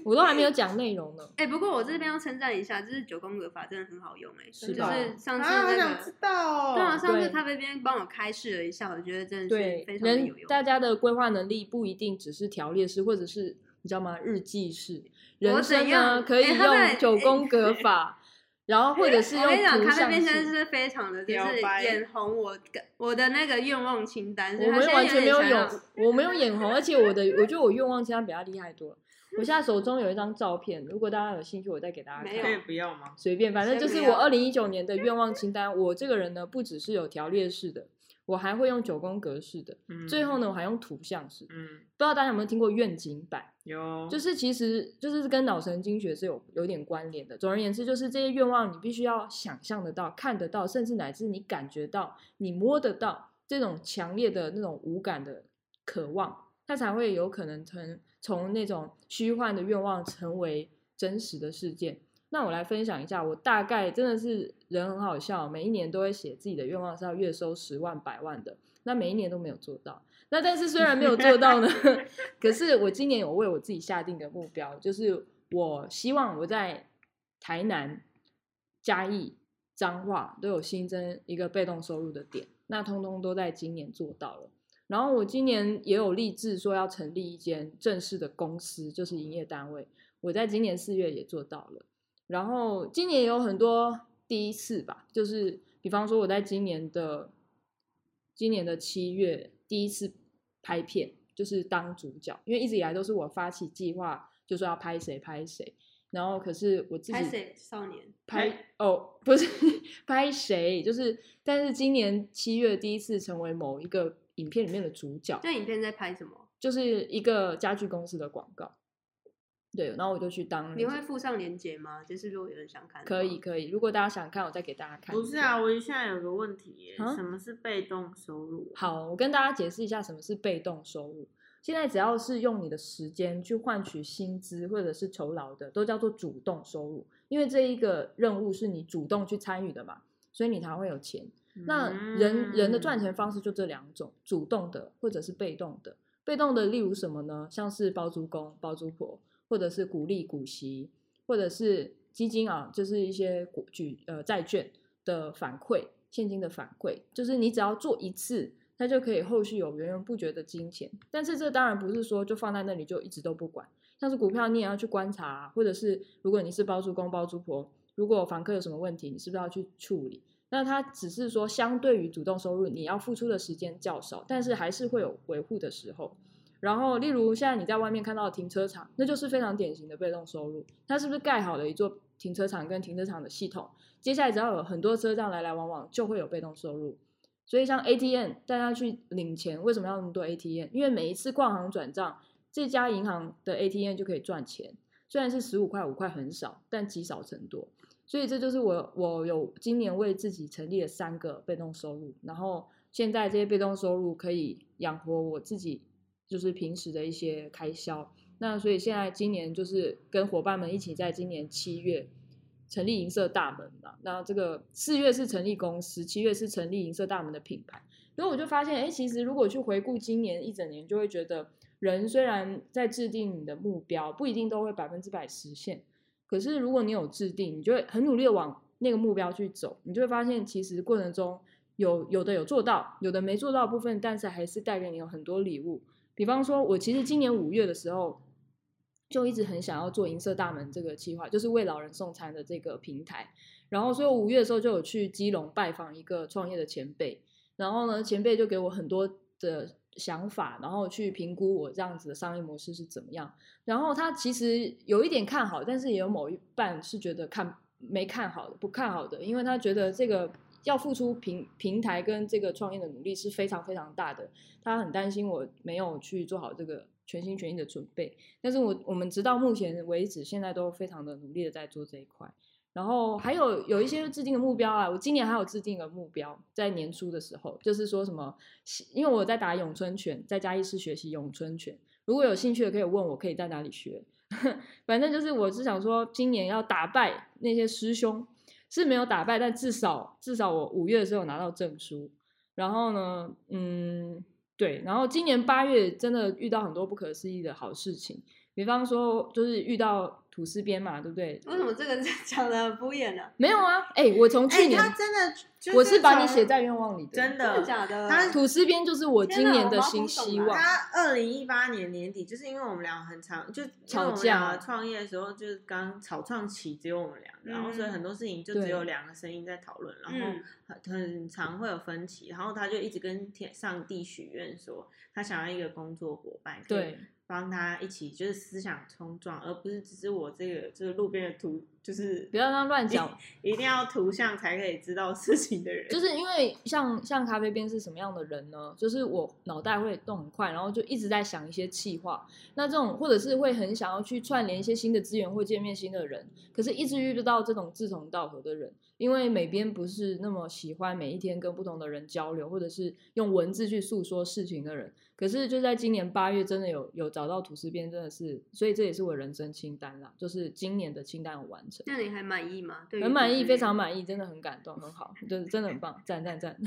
[SPEAKER 3] 我都还没有讲内容呢。
[SPEAKER 2] 哎、不过我这边要称赞一下，就是九宫格法真的很好用、哎，
[SPEAKER 3] 是
[SPEAKER 2] 就
[SPEAKER 3] 吧
[SPEAKER 2] 是上次
[SPEAKER 1] 啊，我
[SPEAKER 2] 那
[SPEAKER 1] 想
[SPEAKER 2] 个。
[SPEAKER 1] 知道哦。
[SPEAKER 2] 对啊，上次
[SPEAKER 3] 对
[SPEAKER 2] 咖啡边帮我开示了一下，我觉得真的
[SPEAKER 3] 对
[SPEAKER 2] 是非，常的
[SPEAKER 3] 人
[SPEAKER 2] 有用。
[SPEAKER 3] 大家的规划能力不一定只是条列式，或者是你知道吗？日记式人生
[SPEAKER 2] 怎
[SPEAKER 3] 呢，
[SPEAKER 2] 样
[SPEAKER 3] 可以
[SPEAKER 2] 哎他们
[SPEAKER 3] 用九 宫格法，然后或者是
[SPEAKER 2] 我
[SPEAKER 3] 用
[SPEAKER 2] 跟你讲，
[SPEAKER 3] 图
[SPEAKER 2] 咖啡
[SPEAKER 3] 像
[SPEAKER 2] 边现在
[SPEAKER 3] 式。
[SPEAKER 2] 是非常的，就
[SPEAKER 1] 表
[SPEAKER 2] 是
[SPEAKER 1] 白
[SPEAKER 2] 眼红我跟我的那个愿望清单，所以
[SPEAKER 3] 我
[SPEAKER 2] 他
[SPEAKER 3] 们
[SPEAKER 2] 现在
[SPEAKER 3] 完全没有
[SPEAKER 2] 点想要
[SPEAKER 3] 有，我没有眼红，而且我的，我觉得我愿望清单比他厉害多了。我现在手中有一张照片，如果大家有兴趣，我再给大家
[SPEAKER 2] 没有
[SPEAKER 1] 可以
[SPEAKER 3] 看。
[SPEAKER 1] 不要吗？
[SPEAKER 3] 随便，反正
[SPEAKER 2] 先
[SPEAKER 3] 就是
[SPEAKER 2] 不
[SPEAKER 3] 我
[SPEAKER 2] 要
[SPEAKER 3] 二零一九年的愿望清单。我这个人呢，不只是有条列式的，我还会用九宫格式的。
[SPEAKER 1] 嗯
[SPEAKER 3] 最后，呢，我还用图像式。不
[SPEAKER 1] 嗯，
[SPEAKER 3] 知道大家有没有听过愿景版？
[SPEAKER 1] 有，
[SPEAKER 3] 就是其实就是跟脑神经学是有有点关联的。总而言之，就是这些愿望你必须要想象得到、看得到，甚至乃至你感觉到、你摸得到这种强烈的那种无感的渴望，它才会有可能从从那种虚幻的愿望成为真实的事件。那我来分享一下，我大概真的是人很好笑，每一年都会写自己的愿望是要月收十万、百万的，那每一年都没有做到。那但是虽然没有做到呢， 可是我今年有为我自己下定一个目标，就是我希望我在台南、嘉义、彰化都有新增一个被动收入的点，那通通都在今年做到了。然后我今年也有立志说要成立一间正式的公司，就是营业单位。我在今年四月也做到了。然后今年也有很多第一次吧，就是比方说我在今年的今年的七月第一次拍片，就是当主角，因为一直以来都是我发起计划，就说要拍谁拍谁，然后可是我自己
[SPEAKER 2] 拍谁少年，
[SPEAKER 3] 拍哦，不是拍谁，就是但是今年七月第一次成为某一个影片里面的主角，
[SPEAKER 2] 这影片在拍什么？
[SPEAKER 3] 就是一个家具公司的广告。对，然后我就去当了
[SPEAKER 2] 你会附上链接吗？就是如果有人想看的话，
[SPEAKER 3] 可以可以，如果大家想看，我再给大家看。
[SPEAKER 1] 不是啊，，我现在有个问题耶，
[SPEAKER 3] 啊
[SPEAKER 1] 什么是被动收入？啊
[SPEAKER 3] 好，我跟大家解释一下什么是被动收入。现在只要是用你的时间去换取薪资或者是酬劳的，都叫做主动收入，因为这一个任务是你主动去参与的嘛，所以你才会有钱。
[SPEAKER 1] 嗯
[SPEAKER 3] 那人人的赚钱方式就这两种，主动的或者是被动的。被动的例如什么呢？像是包租公、包租婆，或者是股利、股息，或者是基金啊，就是一些股举呃债券的反馈，现金的反馈，就是你只要做一次，它就可以后续有源源不绝的金钱。但是这当然不是说就放在那里就一直都不管，像是股票你也要去观察啊、或者是如果你是包租公、包租婆，如果房客有什么问题，你是不是要去处理？那它只是说，相对于主动收入，你要付出的时间较少，但是还是会有维护的时候。然后，例如现在你在外面看到的停车场，那就是非常典型的被动收入。它是不是盖好了一座停车场跟停车场的系统？接下来只要有很多车这样来来往往，就会有被动收入。所以像 ATM，大家去领钱，为什么要那么多 ATM？因为每一次跨行转账，这家银行的 ATM 就可以赚钱。虽然是十五块五块很少，但积少成多。所以这就是我我有今年为自己成立了三个被动收入，然后现在这些被动收入可以养活我自己，就是平时的一些开销。那所以现在今年就是跟伙伴们一起在今年七月成立银色大门嘛。那这个四月是成立公司，七月是成立银色大门的品牌。然后我就发现，哎，其实如果去回顾今年一整年，就会觉得人虽然在制定你的目标，不一定都会百分之百实现，可是如果你有制定，你就会很努力的往那个目标去走，你就会发现其实过程中有有的有做到，有的没做到的部分，但是还是带给你有很多礼物。比方说，我其实今年五月的时候就一直很想要做银色大门这个计划，就是为老人送餐的这个平台。然后，所以我五月的时候就有去基隆拜访一个创业的前辈，然后呢，前辈就给我很多的想法，然后去评估我这样子的商业模式是怎么样。然后他其实有一点看好，但是也有某一半是觉得看没看好的，不看好的，因为他觉得这个要付出平平台跟这个创业的努力是非常非常大的。他很担心我没有去做好这个全心全意的准备，但是我我们直到目前为止，现在都非常的努力的在做这一块。然后还有有一些制定的目标啊，我今年还有制定一个目标，在年初的时候，就是说什么，因为我在打咏春拳，在嘉义市学习咏春拳，如果有兴趣的可以问我可以在哪里学， 反正就是我是想说今年要打败那些师兄，是没有打败，但至少至少我五月的时候有拿到证书，然后呢，嗯，对，然后今年八月真的遇到很多不可思议的好事情，比方说就是遇到吐司边嘛，对不对？
[SPEAKER 2] 为什么这个讲的敷衍呢、
[SPEAKER 3] 没有啊，哎、我从去
[SPEAKER 1] 哎，
[SPEAKER 3] 年、
[SPEAKER 1] 他真的就是
[SPEAKER 3] 我是把你
[SPEAKER 1] 从
[SPEAKER 3] 写在愿望里的，
[SPEAKER 1] 真
[SPEAKER 2] 真的
[SPEAKER 1] 的
[SPEAKER 2] 假的？
[SPEAKER 1] 他
[SPEAKER 3] 吐司边就是我今年的新
[SPEAKER 1] 啊
[SPEAKER 3] 希望，
[SPEAKER 1] 他二零一八年年底，就是因为我们俩很长，就因为
[SPEAKER 3] 吵
[SPEAKER 1] 我们
[SPEAKER 3] 架
[SPEAKER 1] 俩创业的时候，就是刚草创期只有我们俩，然后所以
[SPEAKER 2] 嗯
[SPEAKER 1] 很多事情就
[SPEAKER 3] 对
[SPEAKER 1] 只有两个声音在讨论，然后
[SPEAKER 2] 嗯
[SPEAKER 1] 很很常会有分歧，然后他就一直跟天上帝许愿说，他想要一个工作伙伴，可以
[SPEAKER 3] 对，
[SPEAKER 1] 帮他一起就是思想冲撞，而不是只是我这个就是路边的图，就是
[SPEAKER 3] 不要让他乱讲，
[SPEAKER 1] 一定要图像才可以知道事情的人，
[SPEAKER 3] 就是因为像像咖啡边是什么样的人呢？就是我脑袋会动很快，然后就一直在想一些企划。那这种或者是会很想要去串联一些新的资源或见面新的人，可是一直遇不到这种志同道合的人，因为美编不是那么喜欢每一天跟不同的人交流，或者是用文字去诉说事情的人。可是就在今年八月，真的有有找到吐司边，真的是，所以这也是我人生清单啦，就是今年的清单有完成。
[SPEAKER 2] 那你还满意吗？对于
[SPEAKER 3] 很满
[SPEAKER 2] 你
[SPEAKER 3] 意，
[SPEAKER 2] 的
[SPEAKER 3] 非常满意，真的很感动，很好，就是真的很棒，赞赞赞！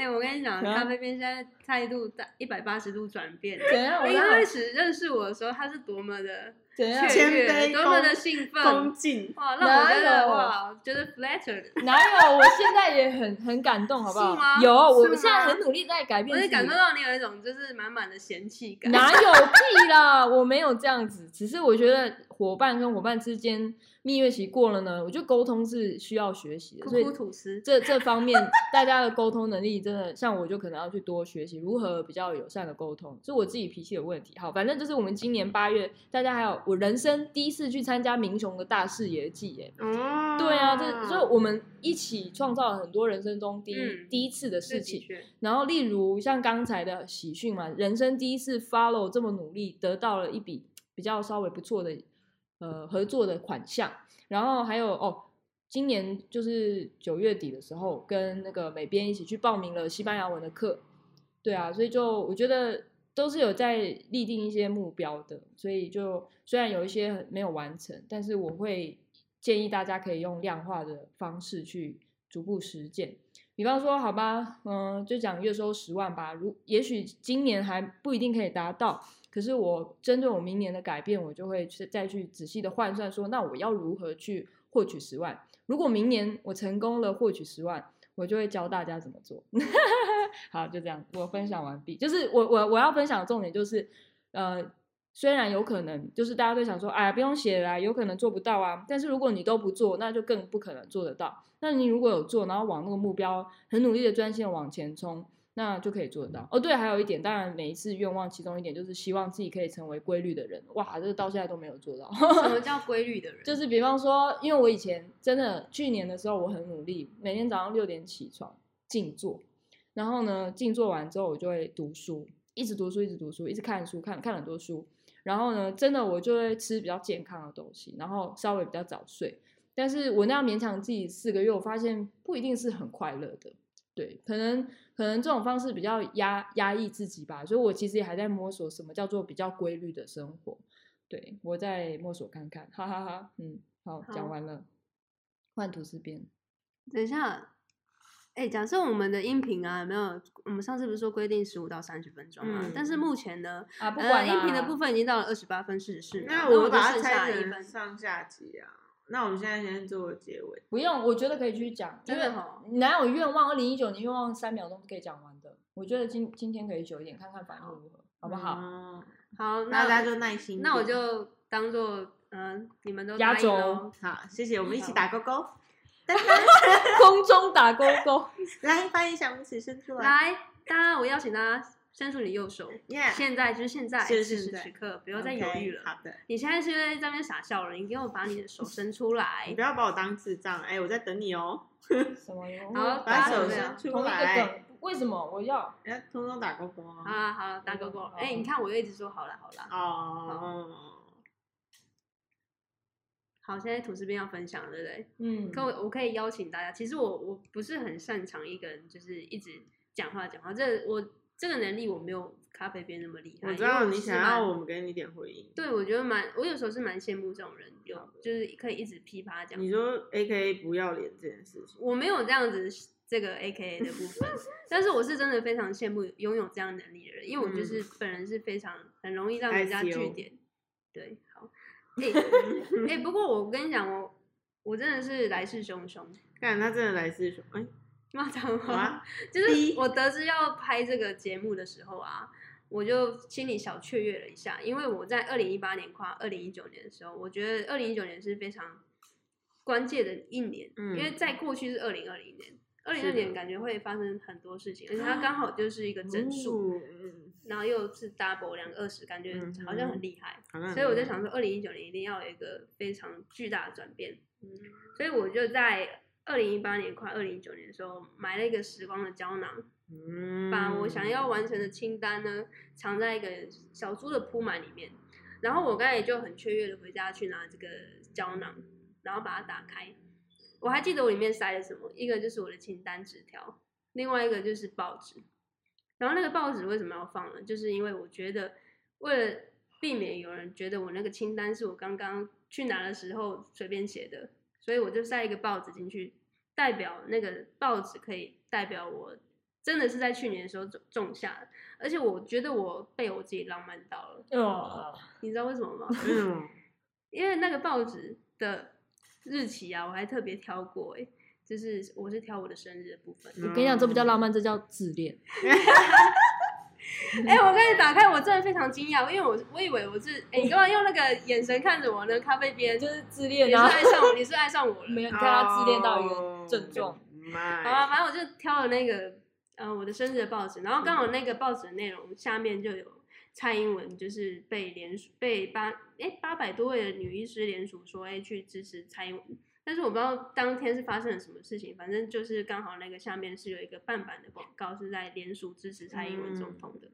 [SPEAKER 2] 哎、我跟你讲，
[SPEAKER 3] 啊
[SPEAKER 2] 咖啡边现在态度在一百八十度转变。
[SPEAKER 3] 怎样？啊我
[SPEAKER 2] 一
[SPEAKER 3] 刚
[SPEAKER 2] 开
[SPEAKER 3] 刚
[SPEAKER 2] 始认识我的时候，他是多么的
[SPEAKER 3] 怎样？
[SPEAKER 2] 雀
[SPEAKER 1] 谦
[SPEAKER 2] 跃，
[SPEAKER 1] 卑
[SPEAKER 2] 多么的
[SPEAKER 1] 恭
[SPEAKER 2] 兴
[SPEAKER 1] 恭
[SPEAKER 2] 奋，
[SPEAKER 1] 敬。
[SPEAKER 2] 哇，让我觉
[SPEAKER 3] 哪
[SPEAKER 2] 得
[SPEAKER 3] 有
[SPEAKER 2] 哇，觉得 flattered。
[SPEAKER 3] 哪有？我现在也很很感动，好不好
[SPEAKER 2] 是吗？
[SPEAKER 3] 有，我
[SPEAKER 2] 是吗
[SPEAKER 3] 现在很努力在改变
[SPEAKER 2] 我
[SPEAKER 3] 自
[SPEAKER 2] 是
[SPEAKER 3] 己。
[SPEAKER 2] 感受到你有一种就是满满的嫌弃感。
[SPEAKER 3] 哪有屁啦！我没有这样子，只是我觉得伙伴跟伙伴之间蜜月期过了呢，我觉得沟通是需要学习的，
[SPEAKER 2] 哭
[SPEAKER 3] 所以
[SPEAKER 2] 哭吐司，
[SPEAKER 3] 这这方面大家的沟通能力真的，像我就可能要去多学习如何比较友善的沟通，是我自己脾气有问题。好，反正就是我们今年八月，大家还有我人生第一次去参加民雄的大视野季耶。
[SPEAKER 1] 哦
[SPEAKER 3] 对啊，这所以我们一起创造了很多人生中第一、
[SPEAKER 2] 嗯
[SPEAKER 3] 第一次的
[SPEAKER 2] 是
[SPEAKER 3] 事
[SPEAKER 2] 的
[SPEAKER 3] 情。
[SPEAKER 2] 确，
[SPEAKER 3] 然后，例如像刚才的喜讯嘛，人生第一次 follow 这么努力，得到了一笔比较稍微不错的呃合作的款项。然后还有哦，今年就是九月底的时候，跟那个美编一起去报名了西班牙文的课。对啊，所以就我觉得都是有在立定一些目标的，所以就虽然有一些很没有完成，但是我会建议大家可以用量化的方式去逐步实践。比方说，好吧，嗯，就讲月收十万吧。如也许今年还不一定可以达到，可是我针对我明年的改变，我就会去再去仔细的换算说，那我要如何去获取十万？如果明年我成功了获取十万，我就会教大家怎么做。 好，就这样，我分享完毕。就是我我我要分享的重点就是，呃，虽然有可能就是大家都想说，哎呀，不用写啦、有可能做不到啊。但是如果你都不做，那就更不可能做得到。那你如果有做，然后往那个目标很努力的专线往前冲，那就可以做得到。哦，对，还有一点，当然每一次愿望其中一点就是希望自己可以成为规律的人。哇，这个到现在都没有做到。
[SPEAKER 2] 什么叫规律的人？
[SPEAKER 3] 就是比方说，因为我以前真的去年的时候我很努力，每天早上六点起床静坐，然后呢静坐完之后我就会读书，一直读书，一直读书，一直看书，看看很多书。然后呢，真的我就会吃比较健康的东西，然后稍微比较早睡。但是我那样勉强自己四个月，我发现不一定是很快乐的。对，可能可能这种方式比较压压抑自己吧，所以我其实也还在摸索什么叫做比较规律的生活。对我再摸索看看，哈哈哈嗯，好，
[SPEAKER 2] 好
[SPEAKER 3] 讲完了，换图这边，
[SPEAKER 2] 等一下，哎、假设我们的音频啊，有没有，我们上次不是说规定十五到三十分钟嘛？
[SPEAKER 1] 嗯
[SPEAKER 2] 但是目前呢，
[SPEAKER 3] 啊，不
[SPEAKER 2] 呃，
[SPEAKER 3] 管
[SPEAKER 2] 音频的
[SPEAKER 3] 啦
[SPEAKER 2] 部分已经到了二十八分四十四，
[SPEAKER 1] 那
[SPEAKER 2] 我
[SPEAKER 1] 我
[SPEAKER 2] 们
[SPEAKER 1] 把
[SPEAKER 2] 就
[SPEAKER 1] 它
[SPEAKER 2] 剩下
[SPEAKER 1] 拆
[SPEAKER 2] 一
[SPEAKER 1] 成
[SPEAKER 2] 分。
[SPEAKER 1] 上下集啊。那我们现在先做结尾，
[SPEAKER 3] 不用，我觉得可以去讲，因
[SPEAKER 2] 真
[SPEAKER 3] 为
[SPEAKER 2] 的吼
[SPEAKER 3] 哪有愿望？二零一九年愿望三秒钟可以讲完的，我觉得今今天可以久一点，看看反应如何，
[SPEAKER 1] 好
[SPEAKER 3] 好不好？
[SPEAKER 1] 嗯、
[SPEAKER 2] 好，那
[SPEAKER 1] 大家就耐心一点。
[SPEAKER 2] 那我就当做嗯、呃你们都
[SPEAKER 3] 压
[SPEAKER 2] 答应
[SPEAKER 3] 轴
[SPEAKER 2] 咯
[SPEAKER 1] 好，谢谢，我们一起
[SPEAKER 2] 好
[SPEAKER 1] 打勾勾。噔噔
[SPEAKER 3] 空中打勾勾，
[SPEAKER 1] 来，翻译小拇指伸出来。
[SPEAKER 2] 来，大家我邀请大家伸出你右手
[SPEAKER 1] Yeah
[SPEAKER 2] 现在就是现在，
[SPEAKER 1] 是
[SPEAKER 2] 此
[SPEAKER 1] 是
[SPEAKER 2] 时
[SPEAKER 1] 对
[SPEAKER 2] 此刻，不
[SPEAKER 1] 不
[SPEAKER 2] 要再犹豫了。
[SPEAKER 1] 好的，
[SPEAKER 2] 你现在是在那边傻笑了，你给我把你的手伸出
[SPEAKER 1] 你
[SPEAKER 2] 来
[SPEAKER 1] 不。要把我当智障，哎，我在等你哦，
[SPEAKER 3] 什么哟？
[SPEAKER 2] 好
[SPEAKER 1] 把
[SPEAKER 2] 大家
[SPEAKER 1] 手
[SPEAKER 2] 准备
[SPEAKER 1] 伸
[SPEAKER 2] 啊
[SPEAKER 1] 出
[SPEAKER 3] 同一个
[SPEAKER 1] 来，
[SPEAKER 3] 梗，为什么我要？
[SPEAKER 1] 哎，通通打勾勾
[SPEAKER 2] 好
[SPEAKER 1] 啊。
[SPEAKER 2] 啦好啦，大哥哥，哎、你看我又一直说好啦好啦。
[SPEAKER 1] 哦，
[SPEAKER 2] 好，现在吐司边要分享了，对不对？
[SPEAKER 3] 嗯，
[SPEAKER 2] 可我我可以邀请大家，其实我我不是很擅长一个人就是一直讲话讲话，这我这个能力我没有咖啡边那么厉害。
[SPEAKER 1] 我知
[SPEAKER 2] 哎因
[SPEAKER 1] 道
[SPEAKER 2] 为
[SPEAKER 1] 你
[SPEAKER 2] 是
[SPEAKER 1] 想要
[SPEAKER 2] 蛮
[SPEAKER 1] 我们给你点回应。
[SPEAKER 2] 对，我觉得蛮，我有时候是蛮羡慕这种人，有
[SPEAKER 1] 好的
[SPEAKER 2] 就是可以一直噼啪讲。
[SPEAKER 1] 你说 A K A 不要脸这件事情，
[SPEAKER 2] 我没有这样子这个 A K A 的部 分，但是我是真的非常羡慕拥有这样能力的人，因为我
[SPEAKER 1] 嗯
[SPEAKER 2] 就是本人是非常很容易让人家
[SPEAKER 1] ICO
[SPEAKER 2] 据点。对，好，哎、哎、不过我跟你讲，我我真的是来势汹汹，
[SPEAKER 1] 看他真的来自什么？哎，
[SPEAKER 2] 骂脏
[SPEAKER 1] 好啊
[SPEAKER 2] 话。 就是我得知要拍这个节目的时候啊，我就心里小雀跃了一下，因为我在二零一八年跨二零一九年的时候，我觉得二零一九年是非常关键的一年，
[SPEAKER 1] 嗯
[SPEAKER 2] 因为在过去是二零二零年，二零
[SPEAKER 1] 是
[SPEAKER 2] 二
[SPEAKER 1] 的啊
[SPEAKER 2] 年感觉会发生很多事情，而且它刚好就是一个整数，
[SPEAKER 1] 哦，嗯
[SPEAKER 2] 然后又是 double 两个二十，感觉
[SPEAKER 1] 嗯哼嗯
[SPEAKER 2] 好像很厉害。
[SPEAKER 1] 好像很
[SPEAKER 2] 所以我在
[SPEAKER 1] 厉害
[SPEAKER 2] 想说，二零一九年一定要有一个非常巨大的转变。
[SPEAKER 1] 嗯
[SPEAKER 2] 所以我就在二零一八年快二零一九年的时候，买了一个时光的胶囊，
[SPEAKER 1] 嗯
[SPEAKER 2] 把我想要完成的清单呢，藏在一个小猪的铺满里面。然后我刚才也就很雀跃的回家去拿这个胶囊，然后把它打开。我还记得我里面塞了什么，一个就是我的清单纸条，另外一个就是报纸。然后那个报纸为什么要放呢？就是因为我觉得，为了避免有人觉得我那个清单是我刚刚去拿的时候随便写的，所以我就塞一个报纸进去，代表那个报纸可以代表我真的是在去年的时候种种下的，而且我觉得我被我自己浪漫到了，
[SPEAKER 3] 哦，
[SPEAKER 2] 你知道为什么吗？
[SPEAKER 1] 嗯，
[SPEAKER 2] 因为那个报纸的日期啊，我还特别挑过、欸，就是我是挑我的生日的部分。
[SPEAKER 1] 嗯
[SPEAKER 3] 我跟你讲，这不叫浪漫，这叫自恋。
[SPEAKER 2] 哎、我刚才打开，我真的非常惊讶，因为我我以为我是，哎、你干嘛用那个眼神看着我呢？咖啡边，
[SPEAKER 3] 就是自
[SPEAKER 2] 你
[SPEAKER 3] 恋
[SPEAKER 2] 是
[SPEAKER 3] 啊，
[SPEAKER 2] 爱上我，你是哦爱上我了。
[SPEAKER 3] 没有你看他自恋到一
[SPEAKER 1] 哦
[SPEAKER 3] 个症状。
[SPEAKER 2] 好
[SPEAKER 1] 妈
[SPEAKER 2] 啊，反正我就挑了那个呃我的生日的报纸，然后刚好那个报纸的内容下面就有蔡英文就是被联署被八哎八百多位的女医师联署说哎去支持蔡英文，但是我不知道当天是发生了什么事情，反正就是刚好那个下面是有一个半版的广告是在联署支持蔡英文总统的，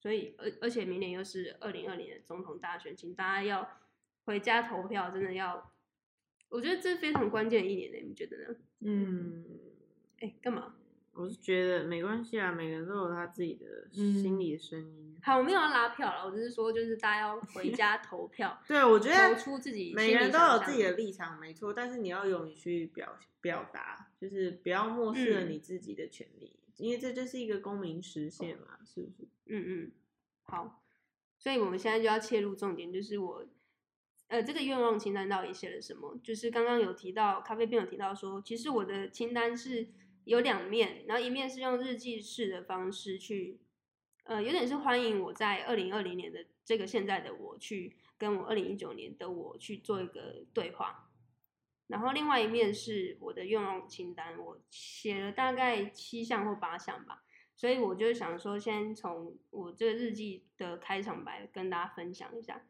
[SPEAKER 2] 所以而而且明年又是二零二零的总统大选，请大家要回家投票，真的要。我觉得这非常关键的一年呢，你们觉得呢？
[SPEAKER 1] 嗯，
[SPEAKER 2] 哎、干嘛？
[SPEAKER 1] 我是觉得没关系啊，每个人都有他自己的
[SPEAKER 2] 嗯
[SPEAKER 1] 心里的声音。，
[SPEAKER 2] 好，我没有要拉票了，我只是说，就是大家要回家投票
[SPEAKER 1] 对，我觉
[SPEAKER 2] 投
[SPEAKER 1] 得
[SPEAKER 2] 出自己
[SPEAKER 1] 每
[SPEAKER 2] 心
[SPEAKER 1] 个
[SPEAKER 2] 里
[SPEAKER 1] 人都
[SPEAKER 2] 想
[SPEAKER 1] 有
[SPEAKER 2] 象
[SPEAKER 1] 自己的立场，没错，但是你要勇于去表表达，就是不要漠视了
[SPEAKER 2] 嗯
[SPEAKER 1] 你自己的权利，因为这就是一个公民实现嘛，是不是？
[SPEAKER 2] 嗯嗯，好，所以我们现在就要切入重点，就是我，呃，这个愿望清单到底写了什么？就是刚刚有提到咖啡店有提到说，其实我的清单是有两面，然后一面是用日记式的方式去，呃，有点是欢迎我在二零二零年的这个现在的我去跟我二零一九年的我去做一个对话。然后另外一面是我的愿望清单，我写了大概七项或八项吧。所以我就想说，先从我这个日记的开场白跟大家分享一下。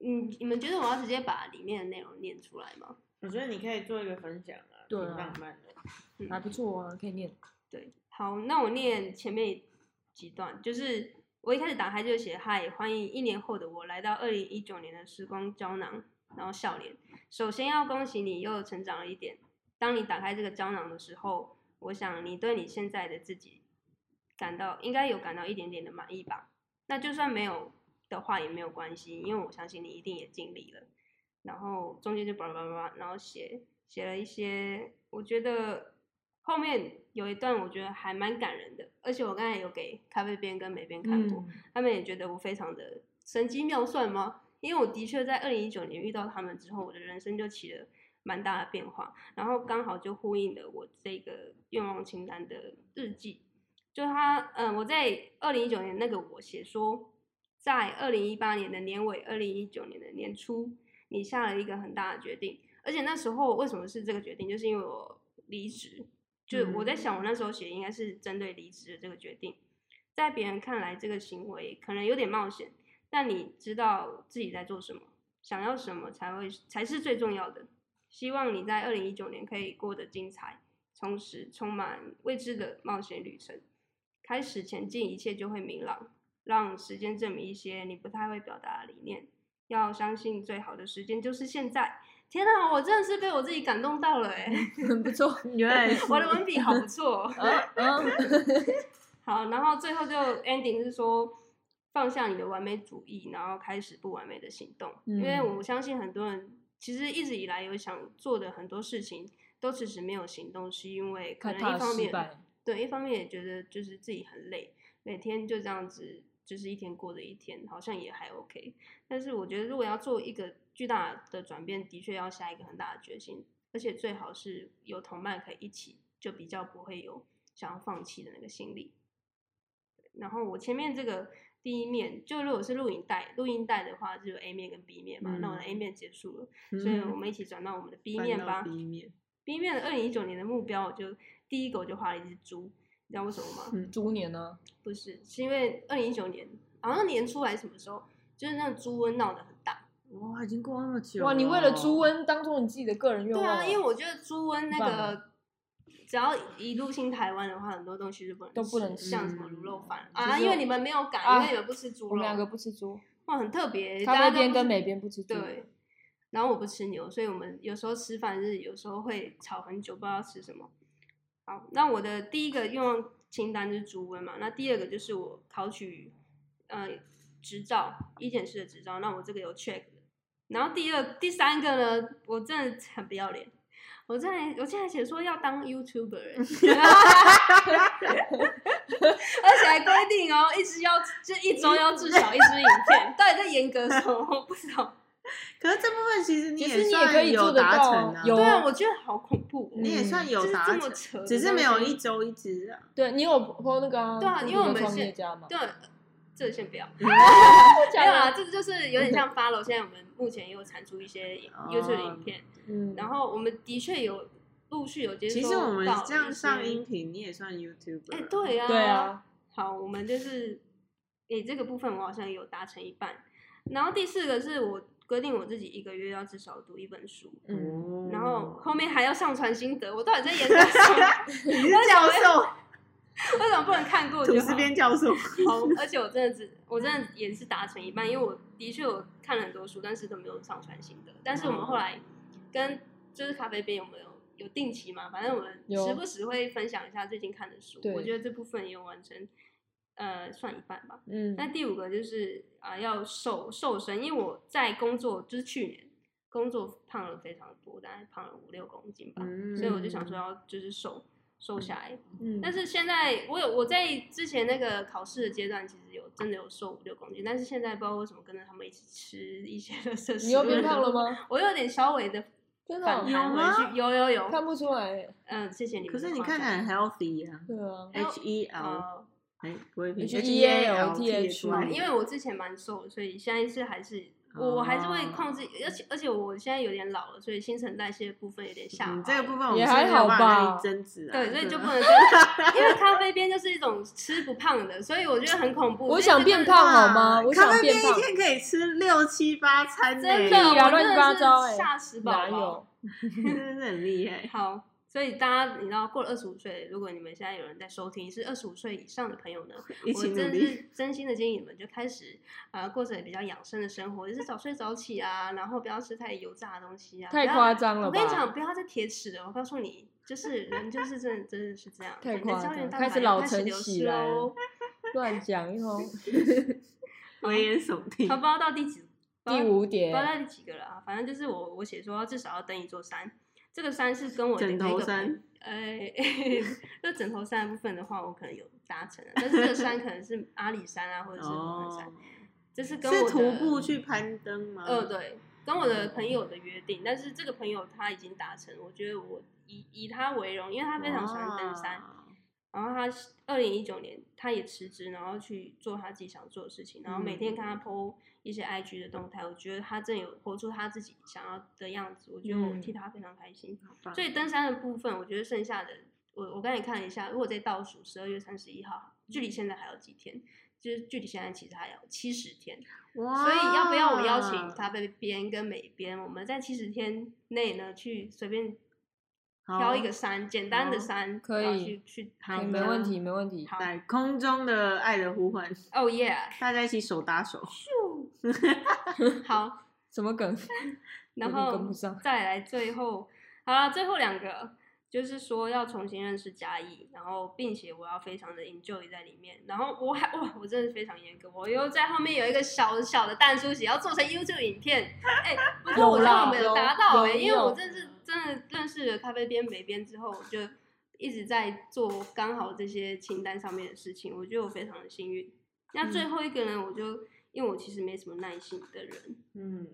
[SPEAKER 2] 嗯，你们觉得我要直接把里面的内容念出来吗？
[SPEAKER 1] 我觉得你可以做一个分享啊，
[SPEAKER 3] 对
[SPEAKER 1] 挺
[SPEAKER 3] 啊
[SPEAKER 1] 浪漫的。
[SPEAKER 2] 嗯
[SPEAKER 3] 还不错啊，可以念。
[SPEAKER 2] 对，好，那我念前面几段，就是我一开始打开就写“嗨，欢迎一年后的我来到二零一九年的时光胶囊”，然后笑脸。首先要恭喜你又成长了一点。当你打开这个胶囊的时候，我想你对你现在的自己感到应该有感到一点点的满意吧。那就算没有的话也没有关系，因为我相信你一定也尽力了。然后中间就巴拉巴拉巴拉，然后写写了一些，我觉得后面有一段我觉得还蛮感人的，而且我刚才有给咖啡边跟美边看
[SPEAKER 3] 嗯
[SPEAKER 2] 过，他们也觉得我非常的神机妙算吗？因为我的确在二零一九年遇到他们之后，我的人生就起了蛮大的变化，然后刚好就呼应了我这个愿望清单的日记。就他，嗯，我在二零一九年那个我写说，在二零一八年的年尾，二零一九年的年初，你下了一个很大的决定，而且那时候为什么是这个决定，就是因为我离职，就是我在
[SPEAKER 1] 嗯
[SPEAKER 2] 想我那时候写应该是针对离职的这个决定，在别人看来，这个行为可能有点冒险，但你知道自己在做什么，想要什么才会才是最重要的。希望你在二零一九年可以过得精彩、充实、充满未知的冒险旅程。开始前进，一切就会明朗。让时间证明一些你不太会表达的理念。要相信最好的时间就是现在。天啊，我真的是被我自己感动到了 哎、
[SPEAKER 3] 很不错，
[SPEAKER 1] 原来是
[SPEAKER 2] 我的文笔好不错。
[SPEAKER 3] 嗯嗯，
[SPEAKER 2] 好，然后最后就 ending 是说放下你的完美主义，然后开始不完美的行动。 因为
[SPEAKER 3] 嗯
[SPEAKER 2] 我相信很多人其实一直以来有想做的很多事情，都迟迟没有行动，是因为可
[SPEAKER 3] 害
[SPEAKER 2] 能
[SPEAKER 3] 怕
[SPEAKER 2] 一方
[SPEAKER 3] 失
[SPEAKER 2] 面
[SPEAKER 3] 败，
[SPEAKER 2] 对，一方面也觉得就是自己很累，每天就这样子，就是一天过着一天，好像也还 OK。但是我觉得，如果要做一个巨大的转变，的确要下一个很大的决心，而且最好是有同伴可以一起，就比较不会有想要放弃的那个心理。然后我前面这个第一面，就如果是录影带，录音带的话就有 A 面跟 B 面嘛，那我的 A 面结束了，所以我们一起转到我们的 B
[SPEAKER 1] 嗯翻
[SPEAKER 2] 面
[SPEAKER 1] 到
[SPEAKER 2] 吧。
[SPEAKER 1] B 面，
[SPEAKER 2] B 面的二零一九年的目标，我就第一个我就画了一只猪，你知道为什么吗？
[SPEAKER 3] 嗯，猪年呢？
[SPEAKER 2] 不是，是因为二零一九年好像年初还是什么时候，就是那个猪瘟闹得很大。
[SPEAKER 1] 哇，已经过那么久了哦，
[SPEAKER 3] 哇，你为了猪瘟当做你自己的个人愿
[SPEAKER 2] 对
[SPEAKER 3] 望哦，
[SPEAKER 2] 啊，因为我觉得猪瘟那
[SPEAKER 3] 很棒啊
[SPEAKER 2] 个，只要一入侵台湾的话，很多东西就不能
[SPEAKER 3] 都不能
[SPEAKER 2] 吃，
[SPEAKER 3] 吃
[SPEAKER 2] 像什么卤肉饭、
[SPEAKER 3] 嗯
[SPEAKER 2] 啊，
[SPEAKER 3] 其实
[SPEAKER 2] 因为你们没有改，
[SPEAKER 3] 啊
[SPEAKER 2] 因为你们不吃猪肉，
[SPEAKER 3] 我们两个不吃猪，
[SPEAKER 2] 哇，很特别，大家
[SPEAKER 3] 咖啡
[SPEAKER 2] 都
[SPEAKER 3] 边
[SPEAKER 2] 不
[SPEAKER 3] 跟
[SPEAKER 2] 吃
[SPEAKER 3] 美边不吃猪，
[SPEAKER 2] 对，然后我不吃牛，所以我们有时候吃饭是有时候会吵很久，不知道吃什么。好，那我的第一个愿望清单就是猪瘟嘛，那第二个就是我考取呃执照，医检师的执照，那我这个有 check 的。然后第二、第三个呢，我真的很不要脸，我在我竟然写说要当 YouTuber，欸而且还规定哦，一直要就一周要至少一支影片，到底在严格什么？我不知道。
[SPEAKER 1] 可是这部分其实你
[SPEAKER 3] 其实你也
[SPEAKER 1] 算
[SPEAKER 3] 可以
[SPEAKER 1] 有
[SPEAKER 3] 做得
[SPEAKER 1] 达
[SPEAKER 3] 到
[SPEAKER 1] 成
[SPEAKER 3] 啊
[SPEAKER 1] 啊，
[SPEAKER 3] 有
[SPEAKER 2] 对啊，我觉得好恐怖、哦。
[SPEAKER 1] 你也算有
[SPEAKER 2] 就是
[SPEAKER 1] 达
[SPEAKER 2] 这么
[SPEAKER 1] 成，
[SPEAKER 2] 扯的东西，
[SPEAKER 1] 只是没有一周一支啊。
[SPEAKER 3] 对你有 PO 那个啊
[SPEAKER 2] 对啊
[SPEAKER 3] 你
[SPEAKER 2] 因为我
[SPEAKER 3] 的
[SPEAKER 2] 们
[SPEAKER 3] 创业
[SPEAKER 2] 现
[SPEAKER 3] 家嘛，
[SPEAKER 2] 对，这先不要，没
[SPEAKER 3] 讲
[SPEAKER 2] 有
[SPEAKER 3] 啊
[SPEAKER 2] 啦，这就是有点像 follow。现在我们目前也有产出一些影
[SPEAKER 1] 哦
[SPEAKER 2] YouTube 影片，
[SPEAKER 3] 嗯，
[SPEAKER 2] 然后我们的确有陆续有接收
[SPEAKER 1] 其实我们
[SPEAKER 2] 到
[SPEAKER 1] 这样
[SPEAKER 2] 一些
[SPEAKER 1] 上音，频，你也算 YouTuber。
[SPEAKER 2] 哎、，对啊，
[SPEAKER 3] 对啊，
[SPEAKER 2] 好，我们就是，诶、这个部分我好像有达成一半。然后第四个是我规定我自己一个月要至少读一本书，
[SPEAKER 3] 嗯，
[SPEAKER 2] 然
[SPEAKER 1] 哦
[SPEAKER 2] 后 后面还要上传心得，我到底在研究什么？
[SPEAKER 1] 你是教授，
[SPEAKER 2] 为什么不能看过
[SPEAKER 1] 吐
[SPEAKER 2] 就
[SPEAKER 1] 司
[SPEAKER 2] 好？
[SPEAKER 1] 边教授。
[SPEAKER 2] 好，而且我真的只，我真的也是达成一半，因为我的确我看了很多书，但是都没有上传心得。但是我们后来跟就是咖啡杯有没有有定期嘛？反正我们
[SPEAKER 3] 有
[SPEAKER 2] 时不时会分享一下最近看的书
[SPEAKER 3] 对。
[SPEAKER 2] 我觉得这部分也有完成，呃，算一半吧。
[SPEAKER 3] 嗯，
[SPEAKER 2] 那第五个就是啊、要瘦瘦身，因为我在工作就是去年工作胖了非常多，大概胖了五六公斤吧，
[SPEAKER 1] 嗯
[SPEAKER 2] 所以我就想说要就是瘦瘦下来。
[SPEAKER 3] 嗯
[SPEAKER 2] 但是现在我有我在之前那个考试的阶段，其实有真的有瘦五六公斤，但是现在不知道为什么跟着他们一起吃一些垃圾食物。
[SPEAKER 3] 你又变胖了？吗？
[SPEAKER 2] 我有点稍微的
[SPEAKER 3] 真的
[SPEAKER 2] 反
[SPEAKER 3] 哦
[SPEAKER 1] 有
[SPEAKER 2] 弹回
[SPEAKER 1] 吗
[SPEAKER 2] 去，有有有。
[SPEAKER 3] 看不出来，
[SPEAKER 2] 嗯，谢谢你们
[SPEAKER 1] 可
[SPEAKER 2] 的夸
[SPEAKER 1] 是
[SPEAKER 2] 奖。
[SPEAKER 1] 你看起来很 healthy 啊
[SPEAKER 3] 对啊，
[SPEAKER 2] 还有
[SPEAKER 1] ，H E L
[SPEAKER 2] 呃，
[SPEAKER 1] 哎，不会拼
[SPEAKER 3] H E
[SPEAKER 1] E
[SPEAKER 3] L T H
[SPEAKER 2] 哦
[SPEAKER 3] 嗯
[SPEAKER 2] 因为我之前蛮瘦的，所以现在是还是我我还是会控制，而且而且我现在有点老了，所以新陈代谢的部分有点下滑了。
[SPEAKER 1] 你嗯这个部分我
[SPEAKER 3] 也
[SPEAKER 1] 们是
[SPEAKER 3] 还
[SPEAKER 1] 没有
[SPEAKER 3] 好
[SPEAKER 1] 办法
[SPEAKER 3] 吧
[SPEAKER 1] 跟你争执啊。
[SPEAKER 2] 对，所以就不
[SPEAKER 1] 啊
[SPEAKER 2] 能跟，因为咖啡边就是一种吃不胖的，所以我觉得很恐怖。
[SPEAKER 3] 我
[SPEAKER 2] 就是
[SPEAKER 3] 想
[SPEAKER 2] 这
[SPEAKER 3] 变
[SPEAKER 2] 个
[SPEAKER 3] 胖好吗？我
[SPEAKER 1] 咖
[SPEAKER 3] 想
[SPEAKER 1] 啡
[SPEAKER 3] 变
[SPEAKER 1] 边一
[SPEAKER 3] 胖，
[SPEAKER 1] 天可以吃六七八餐呢，
[SPEAKER 2] 真的，
[SPEAKER 3] 屁啊
[SPEAKER 2] 我
[SPEAKER 3] 乱
[SPEAKER 2] 真
[SPEAKER 3] 七八糟
[SPEAKER 2] 的
[SPEAKER 3] 欸
[SPEAKER 2] 是吓死宝
[SPEAKER 3] 哪
[SPEAKER 2] 宝
[SPEAKER 3] 有。？
[SPEAKER 1] 真的是很厉害。
[SPEAKER 2] 好，所以大家你知道，过了二十五岁，如果你们现在有人在收听是二十五岁以上的朋友 呢，
[SPEAKER 1] 一
[SPEAKER 2] 我
[SPEAKER 1] 起
[SPEAKER 2] 真
[SPEAKER 1] 努
[SPEAKER 2] 的
[SPEAKER 1] 力，
[SPEAKER 2] 是真心的建议你们就开始呃过着比较养生的生活，就是早睡早起啊，然后不要吃太油炸的东西啊，
[SPEAKER 3] 太
[SPEAKER 2] 不要
[SPEAKER 3] 夸张了
[SPEAKER 2] 我
[SPEAKER 3] 吧
[SPEAKER 2] 跟你？讲，不要再铁齿了，我告诉你，就是人就是真的真的是这样，
[SPEAKER 3] 太
[SPEAKER 2] 你的
[SPEAKER 3] 夸
[SPEAKER 2] 胶
[SPEAKER 3] 张
[SPEAKER 2] 原蛋
[SPEAKER 3] 开
[SPEAKER 2] 白
[SPEAKER 3] 始
[SPEAKER 2] 要
[SPEAKER 3] 老
[SPEAKER 2] 开始
[SPEAKER 3] 成
[SPEAKER 2] 流
[SPEAKER 3] 起
[SPEAKER 2] 失
[SPEAKER 3] 来了
[SPEAKER 2] 喽。
[SPEAKER 3] 乱讲 一通，
[SPEAKER 1] 危
[SPEAKER 2] 哦
[SPEAKER 1] 言耸听
[SPEAKER 2] 好，。不知道到第几，不知
[SPEAKER 3] 第
[SPEAKER 2] 道
[SPEAKER 3] 五
[SPEAKER 2] 不
[SPEAKER 3] 点哎
[SPEAKER 2] 知，道到第几个了啊，反正就是我我写说至少要登一座山，这个山是跟我的
[SPEAKER 1] 枕
[SPEAKER 2] 那
[SPEAKER 1] 头
[SPEAKER 2] 个
[SPEAKER 1] 山，
[SPEAKER 2] 呃， 那枕头山的部分的话，我可能有达成啊，但是这个山可能是阿里山啊，或者是火门山，
[SPEAKER 1] 哦
[SPEAKER 2] 这是跟
[SPEAKER 1] 是
[SPEAKER 2] 我
[SPEAKER 1] 徒
[SPEAKER 2] 的
[SPEAKER 1] 步，去攀登吗？
[SPEAKER 2] 呃，对，跟我的朋友的约定，但是这个朋友他已经达成，我觉得我以以他为荣，因为他
[SPEAKER 1] 哇，
[SPEAKER 2] 非常喜欢登山，然后他二零一九年他也辞职，然后去做他自己想做的事情，然后每天
[SPEAKER 3] 嗯
[SPEAKER 2] 看他 PO 一些 IG 的动态，我觉得他真的有活出他自己想要的样子，我觉得我
[SPEAKER 3] 嗯
[SPEAKER 2] 替他非常开心。
[SPEAKER 1] 好棒，
[SPEAKER 2] 所以登山的部分，我觉得剩下的我我刚才看了一下，如果在倒数十二月三十一号，距离现在还有几天？就是距离现在其实还有七十天，
[SPEAKER 1] 哇
[SPEAKER 2] 所以要不要我邀请咖啡边跟美边，我们在七十天内呢去随便挑一个山，简单的
[SPEAKER 1] 好
[SPEAKER 2] 山，
[SPEAKER 3] 可
[SPEAKER 2] 然后
[SPEAKER 3] 以
[SPEAKER 2] 去去
[SPEAKER 1] 好
[SPEAKER 2] 参
[SPEAKER 3] 没
[SPEAKER 2] 加
[SPEAKER 3] 问题，。没问题。
[SPEAKER 2] 好
[SPEAKER 1] 在空中的爱的呼唤，
[SPEAKER 2] 哦耶！
[SPEAKER 1] 大家一起手搭手。
[SPEAKER 2] 好，
[SPEAKER 3] 什么梗？有
[SPEAKER 2] 然
[SPEAKER 3] 点
[SPEAKER 2] 后
[SPEAKER 3] 跟不上
[SPEAKER 2] 再来最后，好了，最后两个就是说要重新认识嘉义，然后并且我要非常的 enjoy 在里面，然后我还哇，我真的是非常严格，我又在后面有一个小小的淡书写要做成 YouTube 影片，哎、不过我觉
[SPEAKER 3] 有
[SPEAKER 2] 得
[SPEAKER 3] 啦
[SPEAKER 2] 我没
[SPEAKER 3] 有
[SPEAKER 2] 达到
[SPEAKER 3] 有
[SPEAKER 2] 哎、因为我
[SPEAKER 3] 有
[SPEAKER 2] 真的是真的认识了咖啡边北边之后，我就一直在做刚好这些清单上面的事情，我觉得我非常的幸运。那
[SPEAKER 3] 嗯
[SPEAKER 2] 最后一个呢，我就因为我其实没什么耐心的人，
[SPEAKER 1] 嗯，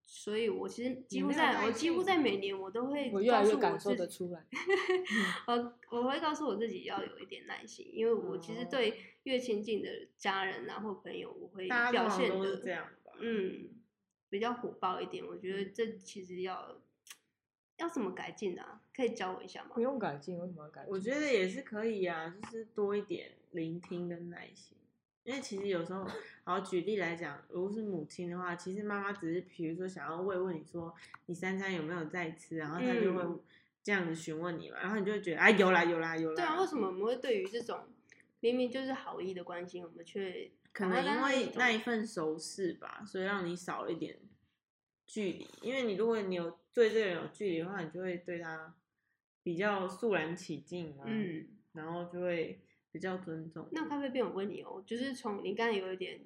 [SPEAKER 2] 所以我其实几乎
[SPEAKER 1] 没有
[SPEAKER 2] 在
[SPEAKER 1] 耐
[SPEAKER 2] 我几乎
[SPEAKER 1] 性
[SPEAKER 2] 在每年我都会
[SPEAKER 3] 我越来
[SPEAKER 2] 告
[SPEAKER 3] 越
[SPEAKER 2] 诉
[SPEAKER 3] 感
[SPEAKER 2] 我
[SPEAKER 3] 受
[SPEAKER 2] 自
[SPEAKER 3] 得
[SPEAKER 2] 己
[SPEAKER 3] 出来。
[SPEAKER 2] 呃，我会告诉我自己要有一点耐心，因为我其实对越亲近的家人啊或朋友，我会
[SPEAKER 1] 大家
[SPEAKER 2] 表
[SPEAKER 1] 通常
[SPEAKER 2] 现
[SPEAKER 1] 都是这
[SPEAKER 2] 的
[SPEAKER 1] 样吧。
[SPEAKER 2] 嗯比较火爆一点。我觉得这其实要要怎么改进啊？可以教我一下吗
[SPEAKER 3] 不？用改进，为什么要改进？
[SPEAKER 1] 我觉得也是可以啊，就是多一点聆听跟耐心。因为其实有时候，好举例来讲，如果是母亲的话，其实妈妈只是比如说想要慰问你说你三餐有没有在吃，然后她就会
[SPEAKER 2] 嗯
[SPEAKER 1] 这样子询问你嘛，然后你就会觉得啊有啦有啦有啦。
[SPEAKER 2] 对啊，为什么我们会对于这种明明就是好意的关心，我们却
[SPEAKER 1] 可能
[SPEAKER 2] 把它
[SPEAKER 1] 因
[SPEAKER 2] 当成一
[SPEAKER 1] 为
[SPEAKER 2] 种
[SPEAKER 1] 那一份熟识吧，所以让你少了一点距离。因为你如果你有对这个人有距离的话，你就会对他比较肃然起敬啊，
[SPEAKER 2] 嗯。
[SPEAKER 1] 然后就会比较尊重。
[SPEAKER 2] 那咖啡店，我问你哦，就是从你刚才有一点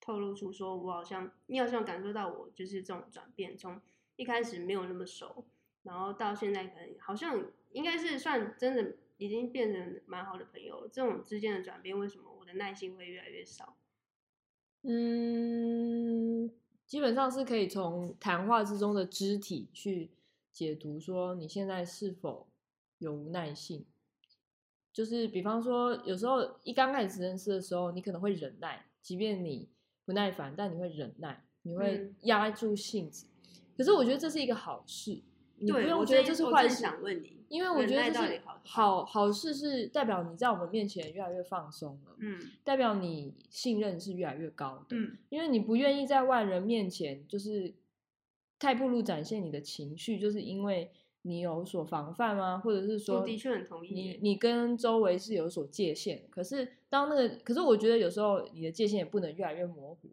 [SPEAKER 2] 透露出说，我好像你好像感受到我就是这种转变，从一开始没有那么熟，然后到现在可能好像应该是算真的已经变成蛮好的朋友了。这种之间的转变，为什么我的耐心会越来越少？
[SPEAKER 3] 嗯，基本上是可以从谈话之中的肢体去解读，说你现在是否有无耐性。就是比方说，有时候一刚开始认识的时候，你可能会忍耐，即便你不耐烦，但你会忍耐，你会
[SPEAKER 2] 嗯
[SPEAKER 3] 压住性子。可是我觉得这是一个好事，你不
[SPEAKER 2] 对
[SPEAKER 3] 用
[SPEAKER 2] 我
[SPEAKER 3] 觉得
[SPEAKER 2] 真
[SPEAKER 3] 这是
[SPEAKER 2] 我
[SPEAKER 3] 坏
[SPEAKER 2] 真
[SPEAKER 3] 事。
[SPEAKER 2] 想问你
[SPEAKER 3] 因为我
[SPEAKER 2] 忍
[SPEAKER 3] 觉
[SPEAKER 2] 耐
[SPEAKER 3] 得就
[SPEAKER 2] 到
[SPEAKER 3] 是
[SPEAKER 2] 底好不
[SPEAKER 3] 好好事是代表你在我们面前越来越放松了，
[SPEAKER 2] 嗯
[SPEAKER 3] 代表你信任是越来越高的。
[SPEAKER 2] 嗯
[SPEAKER 3] 因为你不愿意在外人面前就是太暴露展现你的情绪，就是因为你有所防范吗？或者是说，
[SPEAKER 2] 的确很同意耶
[SPEAKER 3] 你你跟周围是有所界限，可是当那个，可是我觉得有时候你的界限也不能越来越模糊，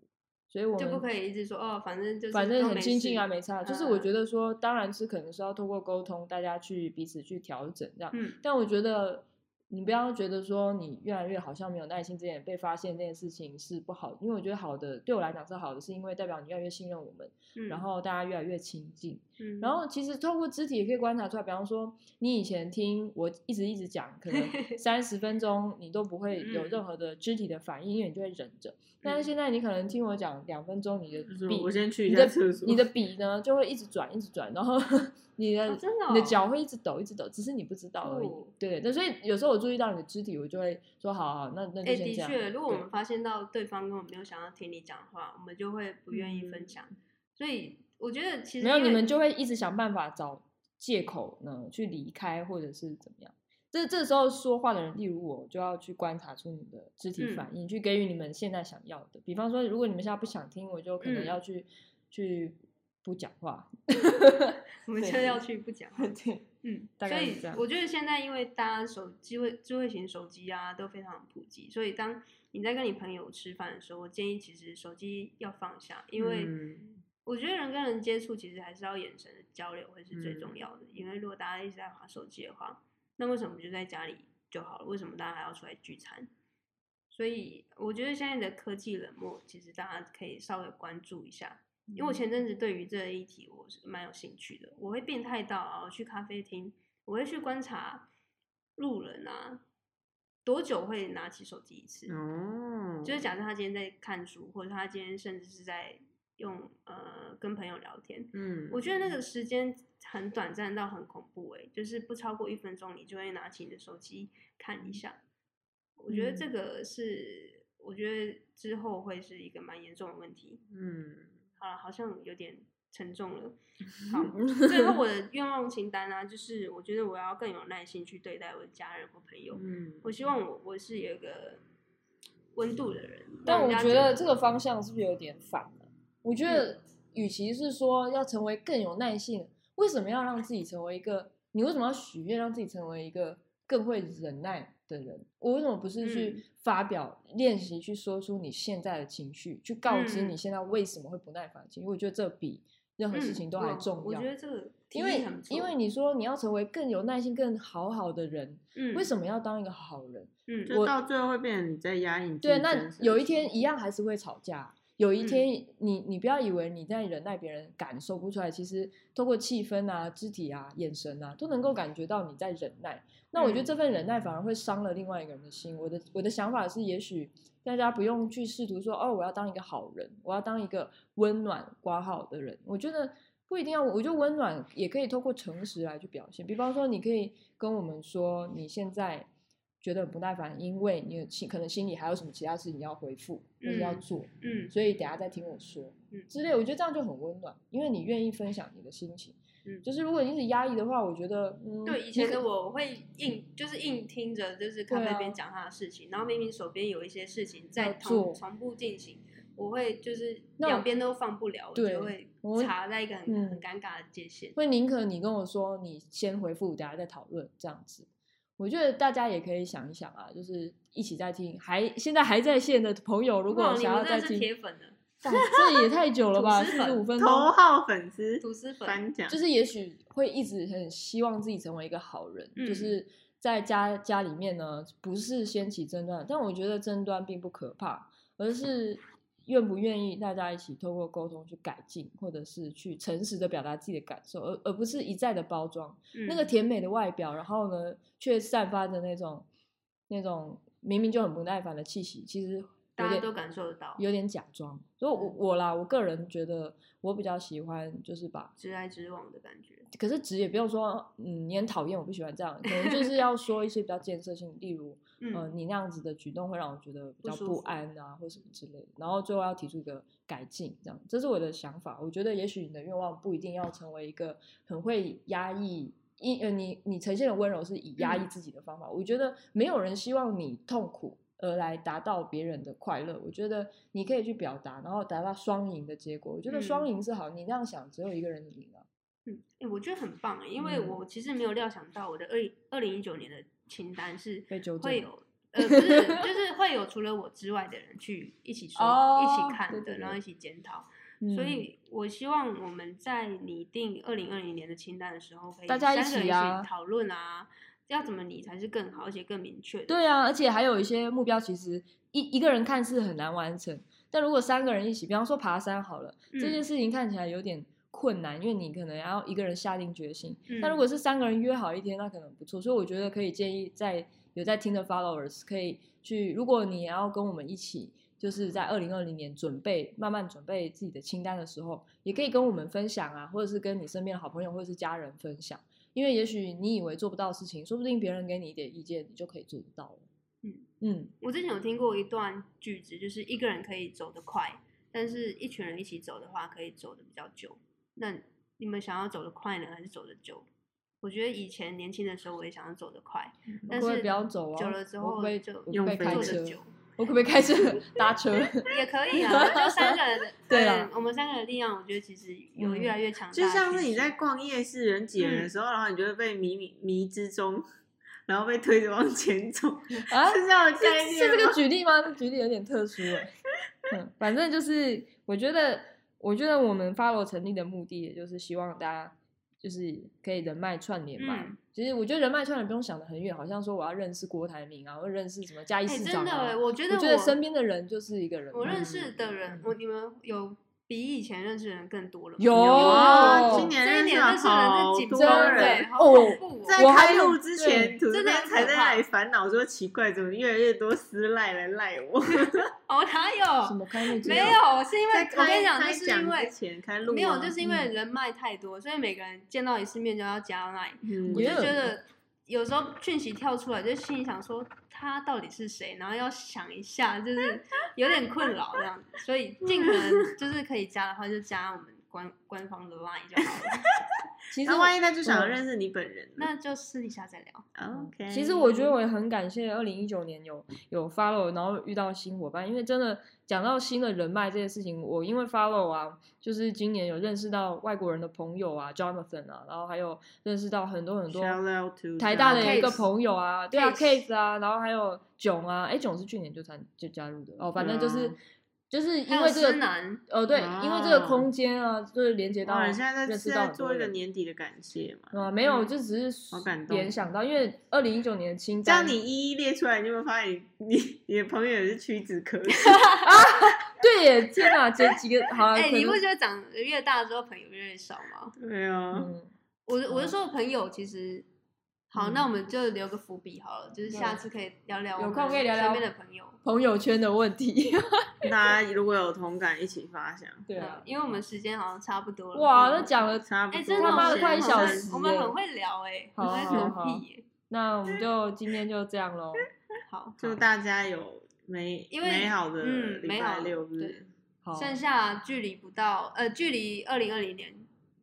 [SPEAKER 3] 所以我们
[SPEAKER 2] 就不可以一直说哦，反正就是
[SPEAKER 3] 反
[SPEAKER 2] 都
[SPEAKER 3] 正很
[SPEAKER 2] 没
[SPEAKER 3] 亲近
[SPEAKER 2] 事
[SPEAKER 3] 啊，没差。就是我
[SPEAKER 2] 嗯
[SPEAKER 3] 觉得说，当然是可能是要透过沟通，大家去彼此去调整这样。
[SPEAKER 2] 嗯
[SPEAKER 3] 但我觉得你不要觉得说你越来越好像没有耐心，这件被发现这件事情是不好，因为我觉得好的对我来讲是好的，是因为代表你越来越信任我们，
[SPEAKER 2] 嗯，
[SPEAKER 3] 然后大家越来越亲近。
[SPEAKER 2] 嗯
[SPEAKER 3] 然后其实透过肢体也可以观察出来，比方说你以前听我一直一直讲，可 能三十分钟你都不会有
[SPEAKER 2] 嗯
[SPEAKER 3] 任何的肢体的反应，因为你就会忍着。但是现在你可能听我讲两分钟，你的
[SPEAKER 1] 嗯就是
[SPEAKER 3] 臂
[SPEAKER 1] 我先去一
[SPEAKER 3] 你
[SPEAKER 1] 下
[SPEAKER 3] 的
[SPEAKER 1] 厕所。
[SPEAKER 3] 你的笔呢就会一直转，一直转，然后 你的、
[SPEAKER 2] 哦真的哦
[SPEAKER 3] 你的脚会一直抖，一直抖，只是你不知道而已。
[SPEAKER 2] 哦
[SPEAKER 3] 对，那所以有时候我注意到你的肢体，我就会说好好，那那
[SPEAKER 2] 哎、
[SPEAKER 3] 就先
[SPEAKER 2] 的
[SPEAKER 3] 这样。
[SPEAKER 2] 确，如果我
[SPEAKER 3] 对
[SPEAKER 2] 们发现到对方根本没有想要听你讲话，我们就会不愿意分享。所以我觉得其实
[SPEAKER 3] 嗯没有
[SPEAKER 2] 因
[SPEAKER 3] 你
[SPEAKER 2] 为
[SPEAKER 3] 们就会一直想办法找借口呢去离开，或者是怎么样。这这时候说话的人，例如我，就要去观察出你的肢体
[SPEAKER 2] 嗯
[SPEAKER 3] 反应，去给予你们现在想要的。比方说，如果你们现在不想听，我就可能
[SPEAKER 2] 嗯
[SPEAKER 3] 要去、去不讲话。
[SPEAKER 2] 我们就
[SPEAKER 3] 对
[SPEAKER 2] 要去不讲话。
[SPEAKER 3] 对，
[SPEAKER 2] 嗯，
[SPEAKER 3] 大
[SPEAKER 2] 所
[SPEAKER 3] 概是
[SPEAKER 2] 以
[SPEAKER 3] 这样
[SPEAKER 2] 我觉得现在因为大家手机会智慧型手机啊都非常普及，所以当你在跟你朋友吃饭的时候，我建议其实手机要放下，因为
[SPEAKER 1] 嗯
[SPEAKER 2] 我觉得人跟人接触其实还是要眼神的交流会是最重
[SPEAKER 1] 嗯
[SPEAKER 2] 要的，因为如果大家一直在划手机的话，那为什么不就在家里就好了？为什么大家还要出来聚餐？所以我觉得现在的科技冷漠，其实大家可以稍微关注一下。因为我前阵子对于这一题我是蛮有兴趣的，我会变态到啊，我去咖啡厅，我会去观察路人啊，多久会拿起手机一次？
[SPEAKER 1] 哦，
[SPEAKER 2] 就是假设他今天在看书，或者他今天甚至是在用呃跟朋友聊天，
[SPEAKER 1] 嗯，
[SPEAKER 2] 我觉得那个时间很短暂到很恐怖诶、就是不超过一分钟，你就会拿起你的手机看一下。我觉得这
[SPEAKER 3] 嗯
[SPEAKER 2] 个是，我觉得之后会是一个蛮严重的问题。
[SPEAKER 1] 嗯
[SPEAKER 2] 好了，好像有点沉重了。好，最后我的愿望清单啊，就是我觉得我要更有耐心去对待我的家人或朋友。
[SPEAKER 1] 嗯，
[SPEAKER 2] 我希望我我是有一个温度的人，
[SPEAKER 3] 嗯但
[SPEAKER 2] 让
[SPEAKER 3] 我
[SPEAKER 2] 人家嗯
[SPEAKER 3] 觉得这个方向是不是有点反了？我觉得，与其是说要成为更有耐性，为什么要让自己成为一个？你为什么要许愿让自己成为一个更会忍耐的人？我为什么不是
[SPEAKER 2] 嗯
[SPEAKER 3] 去发表、练习去说出你现在的情绪，去告知
[SPEAKER 2] 嗯
[SPEAKER 3] 你现在为什么会不耐烦的情绪？我觉得这比任何事情都
[SPEAKER 2] 嗯
[SPEAKER 3] 还
[SPEAKER 2] 哇
[SPEAKER 3] 重
[SPEAKER 2] 我
[SPEAKER 3] 要
[SPEAKER 2] 觉。得这个提
[SPEAKER 3] 因
[SPEAKER 2] 议
[SPEAKER 3] 为
[SPEAKER 2] 很不错
[SPEAKER 3] 因为你说你要成为更有耐心、更好好的人，
[SPEAKER 2] 嗯
[SPEAKER 3] 为什么要当一个好人？
[SPEAKER 2] 嗯
[SPEAKER 1] 就到最后会变成你在压抑你自己
[SPEAKER 3] 对，
[SPEAKER 1] 真
[SPEAKER 3] 那
[SPEAKER 1] 实的
[SPEAKER 3] 有一
[SPEAKER 1] 情
[SPEAKER 3] 天一样还是会吵架。有一
[SPEAKER 2] 嗯
[SPEAKER 3] 天你，你不要以为你在忍耐别人感受不出来，其实透过气氛啊、肢体啊、眼神啊，都能够感觉到你在忍耐。那我觉得
[SPEAKER 2] 嗯
[SPEAKER 3] 这份忍耐反而会伤了另外一个人的心。我的我的想法是，也许大家不用去试图说哦，我要当一个好人，我要当一个温暖挂号的人。我觉得不一定要，我觉得温暖也可以透过诚实来去表现。比方说，你可以跟我们说你现在觉得很不耐烦，因为你有心可能心里还有什么其他事情要回复或是要
[SPEAKER 2] 嗯
[SPEAKER 3] 做，
[SPEAKER 2] 嗯
[SPEAKER 3] 所以等一下再听我说
[SPEAKER 2] 嗯
[SPEAKER 3] 之类。我觉得这样就很温暖，因为你愿意分享你的心情。
[SPEAKER 2] 嗯
[SPEAKER 3] 就是如果你一直压抑的话，我觉得嗯，
[SPEAKER 2] 对以
[SPEAKER 3] 你
[SPEAKER 2] 前
[SPEAKER 3] 可
[SPEAKER 2] 的我，我会硬就是硬听着，就是咖
[SPEAKER 3] 对
[SPEAKER 2] 啡
[SPEAKER 3] 啊
[SPEAKER 2] 边讲他的事情，然后明明手边有一些事情在
[SPEAKER 3] 要
[SPEAKER 2] 同
[SPEAKER 3] 做
[SPEAKER 2] 同步进行，我会就是
[SPEAKER 3] 那
[SPEAKER 2] 两
[SPEAKER 3] 我
[SPEAKER 2] 边都放不了，我
[SPEAKER 3] 对
[SPEAKER 2] 就会
[SPEAKER 3] 我
[SPEAKER 2] 卡在一个很、很
[SPEAKER 3] 嗯
[SPEAKER 2] 尴尬的界限。
[SPEAKER 3] 会宁可你跟我说你先回复，等下再讨论这样子。我觉得大家也可以想一想啊，就是一起在听，还现在还在线的朋友，如
[SPEAKER 2] 哇
[SPEAKER 3] 果
[SPEAKER 2] 你
[SPEAKER 3] 想
[SPEAKER 2] 们
[SPEAKER 3] 要
[SPEAKER 2] 真
[SPEAKER 3] 再
[SPEAKER 2] 的是
[SPEAKER 3] 听，
[SPEAKER 2] 铁粉呢，
[SPEAKER 3] 干这也 太久了吧，
[SPEAKER 2] 吐
[SPEAKER 3] 四
[SPEAKER 2] 司粉
[SPEAKER 3] 十五分钟，
[SPEAKER 1] 头号粉丝
[SPEAKER 2] 吐司粉
[SPEAKER 1] 颁奖，
[SPEAKER 3] 就是也许会一直很希望自己成为一个好人，
[SPEAKER 2] 嗯
[SPEAKER 3] 就是在家家里面呢，不是掀起争端，但我觉得争端并不可怕，而是愿不愿意大家一起透过沟通去改进，或者是去诚实的表达自己的感受，而而不是一再的包装。那个
[SPEAKER 2] 嗯
[SPEAKER 3] 甜美的外表，然后呢，却散发着那种那种明明就很不耐烦的气息，其实有
[SPEAKER 2] 大家
[SPEAKER 3] 点
[SPEAKER 2] 都感受嗯得到，
[SPEAKER 3] 有点假装。所以我我啦，我个人觉得我比较喜欢就是把，
[SPEAKER 2] 直来直往的感觉。
[SPEAKER 3] 可是直也不用说，嗯，你很讨厌，我不喜欢这样，可能就是要说一些比较建设性，例如，
[SPEAKER 2] 嗯，
[SPEAKER 3] 呃，你那样子的举动会让我觉得比
[SPEAKER 2] 不
[SPEAKER 3] 较
[SPEAKER 2] 舒
[SPEAKER 3] 不
[SPEAKER 2] 服
[SPEAKER 3] 安啊，或什么之类的。然后最后要提出一个改进，这样，这是我的想法。我觉得也许你的愿望不一定要成为一个很会压抑。一呃，你你呈现的温柔是以压抑
[SPEAKER 2] 嗯
[SPEAKER 3] 自己的方法，我觉得没有人希望你痛苦而来达到别人的快乐。我觉得你可以去表达，然后达到双赢的结果。我觉得双
[SPEAKER 2] 嗯
[SPEAKER 3] 赢是好，你那样想只有一个人赢啊了、
[SPEAKER 2] 嗯，哎、我觉得很棒欸，因为
[SPEAKER 3] 嗯
[SPEAKER 2] 我其实没有料想到我的二二零一九年的清单是
[SPEAKER 3] 被纠
[SPEAKER 2] 会
[SPEAKER 3] 正了
[SPEAKER 2] 有，呃，不是，就是会有除了我之外的人去一起说、一
[SPEAKER 3] 哦
[SPEAKER 2] 起看的，
[SPEAKER 3] 对对
[SPEAKER 2] 然后
[SPEAKER 3] 对
[SPEAKER 2] 一起检讨。所
[SPEAKER 3] 嗯
[SPEAKER 2] 以我希望我们在拟定二零二零年的清单的时候，可以
[SPEAKER 3] 大家一
[SPEAKER 2] 三个人
[SPEAKER 3] 起啊
[SPEAKER 2] 讨论啊，要怎么拟才是更好，而且更明确的。
[SPEAKER 3] 对啊，而且还有一些目标，其实一一个人看似很难完成，但如果三个人一起，比方说爬山好了，
[SPEAKER 2] 嗯，
[SPEAKER 3] 这件事情看起来有点困难，因为你可能要一个人下定决心。
[SPEAKER 2] 嗯
[SPEAKER 3] 但如果是三个人约好一天，那可能不错。所以我觉得可以建议在有在听的 followers 可以去，如果你也要跟我们一起。就是在二零二零年准备慢慢准备自己的清单的时候，也可以跟我们分享啊，或者是跟你身边的好朋友或者是家人分享，因为也许你以为做不到的事情，说不定别人给你一点意见，你就可以做得到了。
[SPEAKER 2] 嗯
[SPEAKER 3] 嗯，
[SPEAKER 2] 我之前有听过一段句子，就是一个人可以走得快，但是一群人一起走的话，可以走得比较久。那你们想要走得快呢，还是走得久？我觉得以前年轻的时候，我也想要走得快，但
[SPEAKER 3] 会不会
[SPEAKER 2] 是
[SPEAKER 3] 嗯不要走啊
[SPEAKER 2] 久了之
[SPEAKER 3] 我会
[SPEAKER 2] 后
[SPEAKER 3] 不会
[SPEAKER 2] 就
[SPEAKER 3] 我会不会
[SPEAKER 1] 用
[SPEAKER 3] 开
[SPEAKER 2] 坐
[SPEAKER 1] 飞
[SPEAKER 2] 得
[SPEAKER 3] 车？
[SPEAKER 2] 久。
[SPEAKER 3] 我可不可以开车搭车？
[SPEAKER 2] 也可以啊，就三 个人的，
[SPEAKER 3] 对啊
[SPEAKER 2] 我们三个人的力量，我觉得其实有越来越强大的
[SPEAKER 1] 嗯就
[SPEAKER 2] 趋势。
[SPEAKER 1] 像是你在逛夜市人挤人
[SPEAKER 3] 嗯
[SPEAKER 1] 的时候，然后你就会被迷迷迷之中，然后被推着往前走，
[SPEAKER 3] 啊，
[SPEAKER 1] 是这样的概
[SPEAKER 3] 是
[SPEAKER 1] 念
[SPEAKER 3] 是这
[SPEAKER 1] 吗
[SPEAKER 3] 个举例吗？这举例有点特殊哎、嗯，反正就是我觉得，我觉得我们 follow 成立的目的，也就是希望大家就是可以人脉串联嘛。
[SPEAKER 2] 嗯
[SPEAKER 3] 其实我觉得人脉串联不用想得很远，好像说我要认识郭台铭啊，或认识什么嘉义
[SPEAKER 2] 哎、
[SPEAKER 3] 市
[SPEAKER 2] 真
[SPEAKER 3] 长
[SPEAKER 2] 的
[SPEAKER 3] 啊。
[SPEAKER 2] 欸，我觉得
[SPEAKER 3] 我
[SPEAKER 2] 我
[SPEAKER 3] 觉得身边的人就是一个人脉。
[SPEAKER 2] 我认识的人
[SPEAKER 3] 嗯，
[SPEAKER 2] 我你们有比以前认识的人更多了吗？
[SPEAKER 3] 有
[SPEAKER 1] 啊
[SPEAKER 3] 哦
[SPEAKER 1] 今年
[SPEAKER 2] 这一
[SPEAKER 1] 认识
[SPEAKER 2] 年
[SPEAKER 1] 了
[SPEAKER 2] 认识的人
[SPEAKER 1] 好
[SPEAKER 2] 是紧
[SPEAKER 1] 多
[SPEAKER 2] 绷
[SPEAKER 1] 人
[SPEAKER 2] 对，好
[SPEAKER 3] 哦
[SPEAKER 2] 恐怖
[SPEAKER 1] 在
[SPEAKER 3] 我还
[SPEAKER 1] 开录
[SPEAKER 3] 有
[SPEAKER 1] 之
[SPEAKER 3] 对
[SPEAKER 1] 前，土
[SPEAKER 2] 真
[SPEAKER 1] 司
[SPEAKER 2] 的很
[SPEAKER 1] 边才
[SPEAKER 2] 可
[SPEAKER 1] 在
[SPEAKER 2] 怕
[SPEAKER 1] 那里烦恼说奇怪，怎么越来越多私赖来赖我？
[SPEAKER 2] 哦，哪
[SPEAKER 3] 什
[SPEAKER 2] 有？
[SPEAKER 3] 么开啊幕之
[SPEAKER 2] 没
[SPEAKER 3] 后
[SPEAKER 2] 有，是因为
[SPEAKER 1] 在
[SPEAKER 2] 我跟
[SPEAKER 1] 开
[SPEAKER 2] 你讲，就
[SPEAKER 1] 开
[SPEAKER 2] 是因
[SPEAKER 1] 讲
[SPEAKER 2] 为
[SPEAKER 1] 之啊前开录
[SPEAKER 2] 没有，
[SPEAKER 1] 吗
[SPEAKER 2] 就是因为
[SPEAKER 3] 嗯
[SPEAKER 2] 人脉太多，所以每个人见到一次面就要加 line。
[SPEAKER 1] 嗯
[SPEAKER 2] 我就
[SPEAKER 3] 也有
[SPEAKER 2] 觉得有时候讯息跳出来，就心里想说他到底是谁，然后要想一下，就是有点困扰这样子。所以尽可能就是可以加的话，就加我们官官方的 LINE 就好了。
[SPEAKER 3] 其实
[SPEAKER 1] 那
[SPEAKER 3] 我
[SPEAKER 1] 万一他就想要
[SPEAKER 3] 嗯
[SPEAKER 1] 认识你本人呢
[SPEAKER 2] 那就私底下再聊。
[SPEAKER 1] ？OK。
[SPEAKER 3] 其实我觉得我也很感谢二零一九年有有 follow，然后遇到新伙伴，因为真的讲到新的人脉这件事情，我因为 follow 啊，就是今年有认识到外国人的朋友啊，Jonathan 啊，然后还有认识到很多很多
[SPEAKER 1] Shout out to
[SPEAKER 3] 台大的
[SPEAKER 1] Jonathan
[SPEAKER 3] 一个
[SPEAKER 2] Case
[SPEAKER 3] 朋友啊，对啊
[SPEAKER 2] Case
[SPEAKER 3] ，Case 啊，然后还有囧啊，哎，囧是去年就参就加入的哦，反正就是
[SPEAKER 1] 嗯
[SPEAKER 3] 就是因
[SPEAKER 2] 还
[SPEAKER 3] 为
[SPEAKER 2] 有
[SPEAKER 3] 这个
[SPEAKER 2] 思南
[SPEAKER 3] 呃对，因为这个
[SPEAKER 1] 哦
[SPEAKER 3] 空间啊，就是连接到
[SPEAKER 1] 哇，你哦现在在
[SPEAKER 3] 认
[SPEAKER 1] 是
[SPEAKER 3] 识到
[SPEAKER 1] 在
[SPEAKER 3] 很多
[SPEAKER 1] 做一个
[SPEAKER 3] 人
[SPEAKER 1] 年底的感谢嘛？
[SPEAKER 3] 啊，没有，
[SPEAKER 2] 嗯
[SPEAKER 3] 就只是
[SPEAKER 1] 好感动
[SPEAKER 3] 联想到，因为二零一九年的清
[SPEAKER 1] 这样
[SPEAKER 3] 单，
[SPEAKER 1] 你一一列出来，你有没有发现你你你的朋友也是屈指 可数？
[SPEAKER 3] 对耶，天哪，这几个好啊，
[SPEAKER 2] 哎、
[SPEAKER 3] 可
[SPEAKER 2] 你
[SPEAKER 3] 能
[SPEAKER 2] 不觉得长得越大之后朋友越少吗？
[SPEAKER 1] 对啊，
[SPEAKER 3] 嗯，
[SPEAKER 2] 我就我就说我朋友其实好，
[SPEAKER 3] 嗯
[SPEAKER 2] 那我们就留个伏笔好了，就是下
[SPEAKER 3] 对
[SPEAKER 2] 次可以聊聊
[SPEAKER 3] 有
[SPEAKER 2] 我
[SPEAKER 3] 空
[SPEAKER 2] 们
[SPEAKER 3] 可以聊
[SPEAKER 2] 身
[SPEAKER 3] 聊
[SPEAKER 2] 边的朋友。
[SPEAKER 3] 朋友圈的问题，
[SPEAKER 1] 大家如果有同感，一起发想。
[SPEAKER 3] 对啊，
[SPEAKER 2] 因为我们时间好像差不多了。
[SPEAKER 3] 哇，
[SPEAKER 2] 嗯
[SPEAKER 3] 那讲了，
[SPEAKER 1] 差不
[SPEAKER 2] 哎、
[SPEAKER 1] 多，
[SPEAKER 2] 真的
[SPEAKER 3] 他妈的
[SPEAKER 2] 我们
[SPEAKER 3] 快一
[SPEAKER 2] 很
[SPEAKER 3] 小
[SPEAKER 2] 会
[SPEAKER 3] 时
[SPEAKER 2] 我们
[SPEAKER 3] 耶
[SPEAKER 2] 很会聊哎、欸，我
[SPEAKER 3] 好
[SPEAKER 2] 们在
[SPEAKER 1] 好
[SPEAKER 2] 狗
[SPEAKER 3] 好
[SPEAKER 2] 屁耶、
[SPEAKER 3] 那我们就今天就这 样喽，
[SPEAKER 2] 好，
[SPEAKER 1] 祝大家有美
[SPEAKER 2] 因为
[SPEAKER 1] 美好的
[SPEAKER 2] 嗯，
[SPEAKER 1] 礼
[SPEAKER 2] 美
[SPEAKER 1] 拜
[SPEAKER 2] 好
[SPEAKER 1] 六日
[SPEAKER 2] 对，，
[SPEAKER 1] 哦
[SPEAKER 3] 好，
[SPEAKER 2] 剩下距离不到呃，距离二零二零年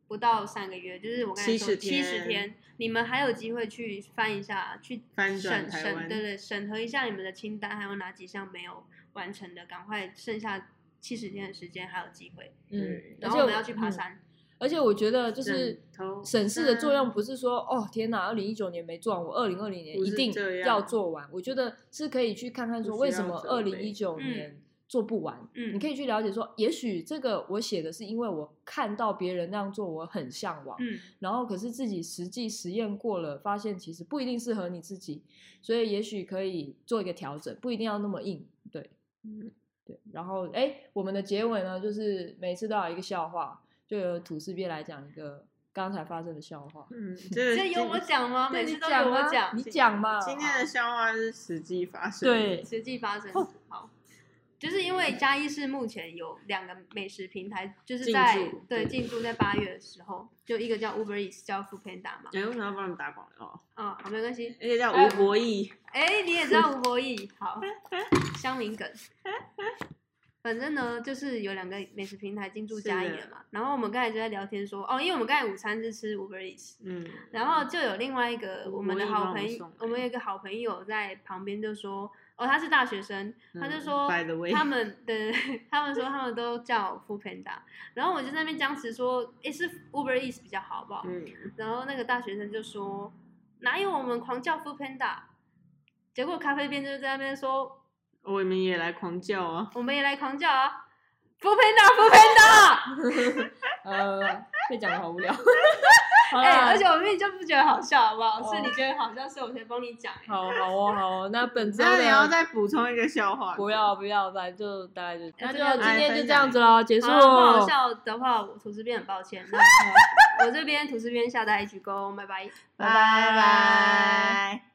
[SPEAKER 2] 不到三个月，就是我刚才说
[SPEAKER 1] 70
[SPEAKER 2] 七十
[SPEAKER 1] 天
[SPEAKER 2] 天，你们还有机会去翻一下，去
[SPEAKER 1] 翻转
[SPEAKER 2] 审
[SPEAKER 1] 台
[SPEAKER 2] 审
[SPEAKER 1] 湾
[SPEAKER 2] 对。对审核一下你们的清单，还有哪几项没有完成的，赶快剩下七十天的时间还有机会，
[SPEAKER 3] 嗯，
[SPEAKER 2] 然后我
[SPEAKER 3] 而且
[SPEAKER 2] 们要去爬
[SPEAKER 3] 嗯
[SPEAKER 2] 山，
[SPEAKER 3] 而且我觉得就是
[SPEAKER 1] 枕头
[SPEAKER 3] 审视的作用
[SPEAKER 1] 上
[SPEAKER 3] 不是说哦天哪，二零一九年没做完，我二零二零年
[SPEAKER 1] 不
[SPEAKER 3] 一
[SPEAKER 1] 是
[SPEAKER 3] 定
[SPEAKER 1] 这样
[SPEAKER 3] 要做完。我觉得是可以去看看说
[SPEAKER 1] 不需
[SPEAKER 3] 为什
[SPEAKER 1] 要
[SPEAKER 3] 么二
[SPEAKER 1] 责备嗯
[SPEAKER 3] 零一九年做不完，
[SPEAKER 2] 嗯
[SPEAKER 3] 你可以去了解说，也许这个我写的是因为我看到别人那样做，我很向往，
[SPEAKER 2] 嗯，
[SPEAKER 3] 然后可是自己实际实验过了，发现其实不一定适合你自己，所以也许可以做一个调整，不一定要那么硬，对。
[SPEAKER 1] 嗯
[SPEAKER 3] 对，然后哎，我们的结尾呢，就是每次都有一个笑话，就由土司边来讲一个刚才发生的笑话。
[SPEAKER 1] 嗯，这
[SPEAKER 2] 这由我讲吗？每
[SPEAKER 3] 对
[SPEAKER 2] 次
[SPEAKER 3] 你
[SPEAKER 2] 都由我
[SPEAKER 3] 啊
[SPEAKER 2] 讲
[SPEAKER 3] 你，讲嘛。
[SPEAKER 1] 今天的笑话是实际发生的，
[SPEAKER 3] 对
[SPEAKER 2] 实际发
[SPEAKER 1] 哦
[SPEAKER 2] 生好，就是因为嘉义市目前有两个美食平台，就是
[SPEAKER 1] 进
[SPEAKER 2] 在
[SPEAKER 1] 驻
[SPEAKER 2] 对
[SPEAKER 1] 对
[SPEAKER 2] 进驻在八月的时候，就一个叫 Uber Eats，叫 f o o Panda 嘛，
[SPEAKER 1] 哎，为什么要帮你们打广告？
[SPEAKER 2] 啊、好没关系，
[SPEAKER 1] 而且叫
[SPEAKER 3] 哎
[SPEAKER 1] 吴博义，
[SPEAKER 2] 哎，你也知道吴博义，好，乡民梗。反正呢，就是有两个美食平台进驻嘉义
[SPEAKER 1] 是的
[SPEAKER 2] 了嘛。然后我们刚才就在聊天说，哦，因为我们刚才午餐是吃 Uber Eats，
[SPEAKER 1] 嗯，
[SPEAKER 2] 然后就有另外一个我们的好朋
[SPEAKER 1] 我
[SPEAKER 2] 友
[SPEAKER 1] 们，
[SPEAKER 2] 我们有一个好朋友在旁边就说，哦，他是大学生，他就说、
[SPEAKER 1] 嗯，by the way，
[SPEAKER 2] 他们 对对对，他们说他们都叫 f o o Panda，然后我就在那边僵持说，诶，是 Uber Eats 比较好不好？
[SPEAKER 1] 嗯，
[SPEAKER 2] 然后那个大学生就说：“哪有我们狂叫 Food Panda？” 结果咖啡店就在那边说
[SPEAKER 1] 我们也来狂叫啊：“，
[SPEAKER 2] 我们也来狂叫啊，Food Panda，Food Panda！”
[SPEAKER 3] 呃，被讲的好无 聊。好
[SPEAKER 2] 哎、
[SPEAKER 3] 啦
[SPEAKER 2] 而且我明明就不觉得好笑，好不好？
[SPEAKER 3] 哦
[SPEAKER 2] 是你觉得好笑，是我先帮你讲、哎
[SPEAKER 3] 好好哦，好哦，那本周
[SPEAKER 1] 那你要
[SPEAKER 3] 的
[SPEAKER 1] 再补充一个笑话，
[SPEAKER 3] 不要不要，反正就大概就那
[SPEAKER 2] 这边要
[SPEAKER 3] 就今
[SPEAKER 1] 哎
[SPEAKER 3] 天就
[SPEAKER 1] 分
[SPEAKER 3] 这
[SPEAKER 1] 享
[SPEAKER 3] 样子喽，结束。
[SPEAKER 2] 好了，不好笑的话，我吐司边很抱歉。 那我这边吐司边下达一鞠躬，拜拜。
[SPEAKER 1] 拜拜。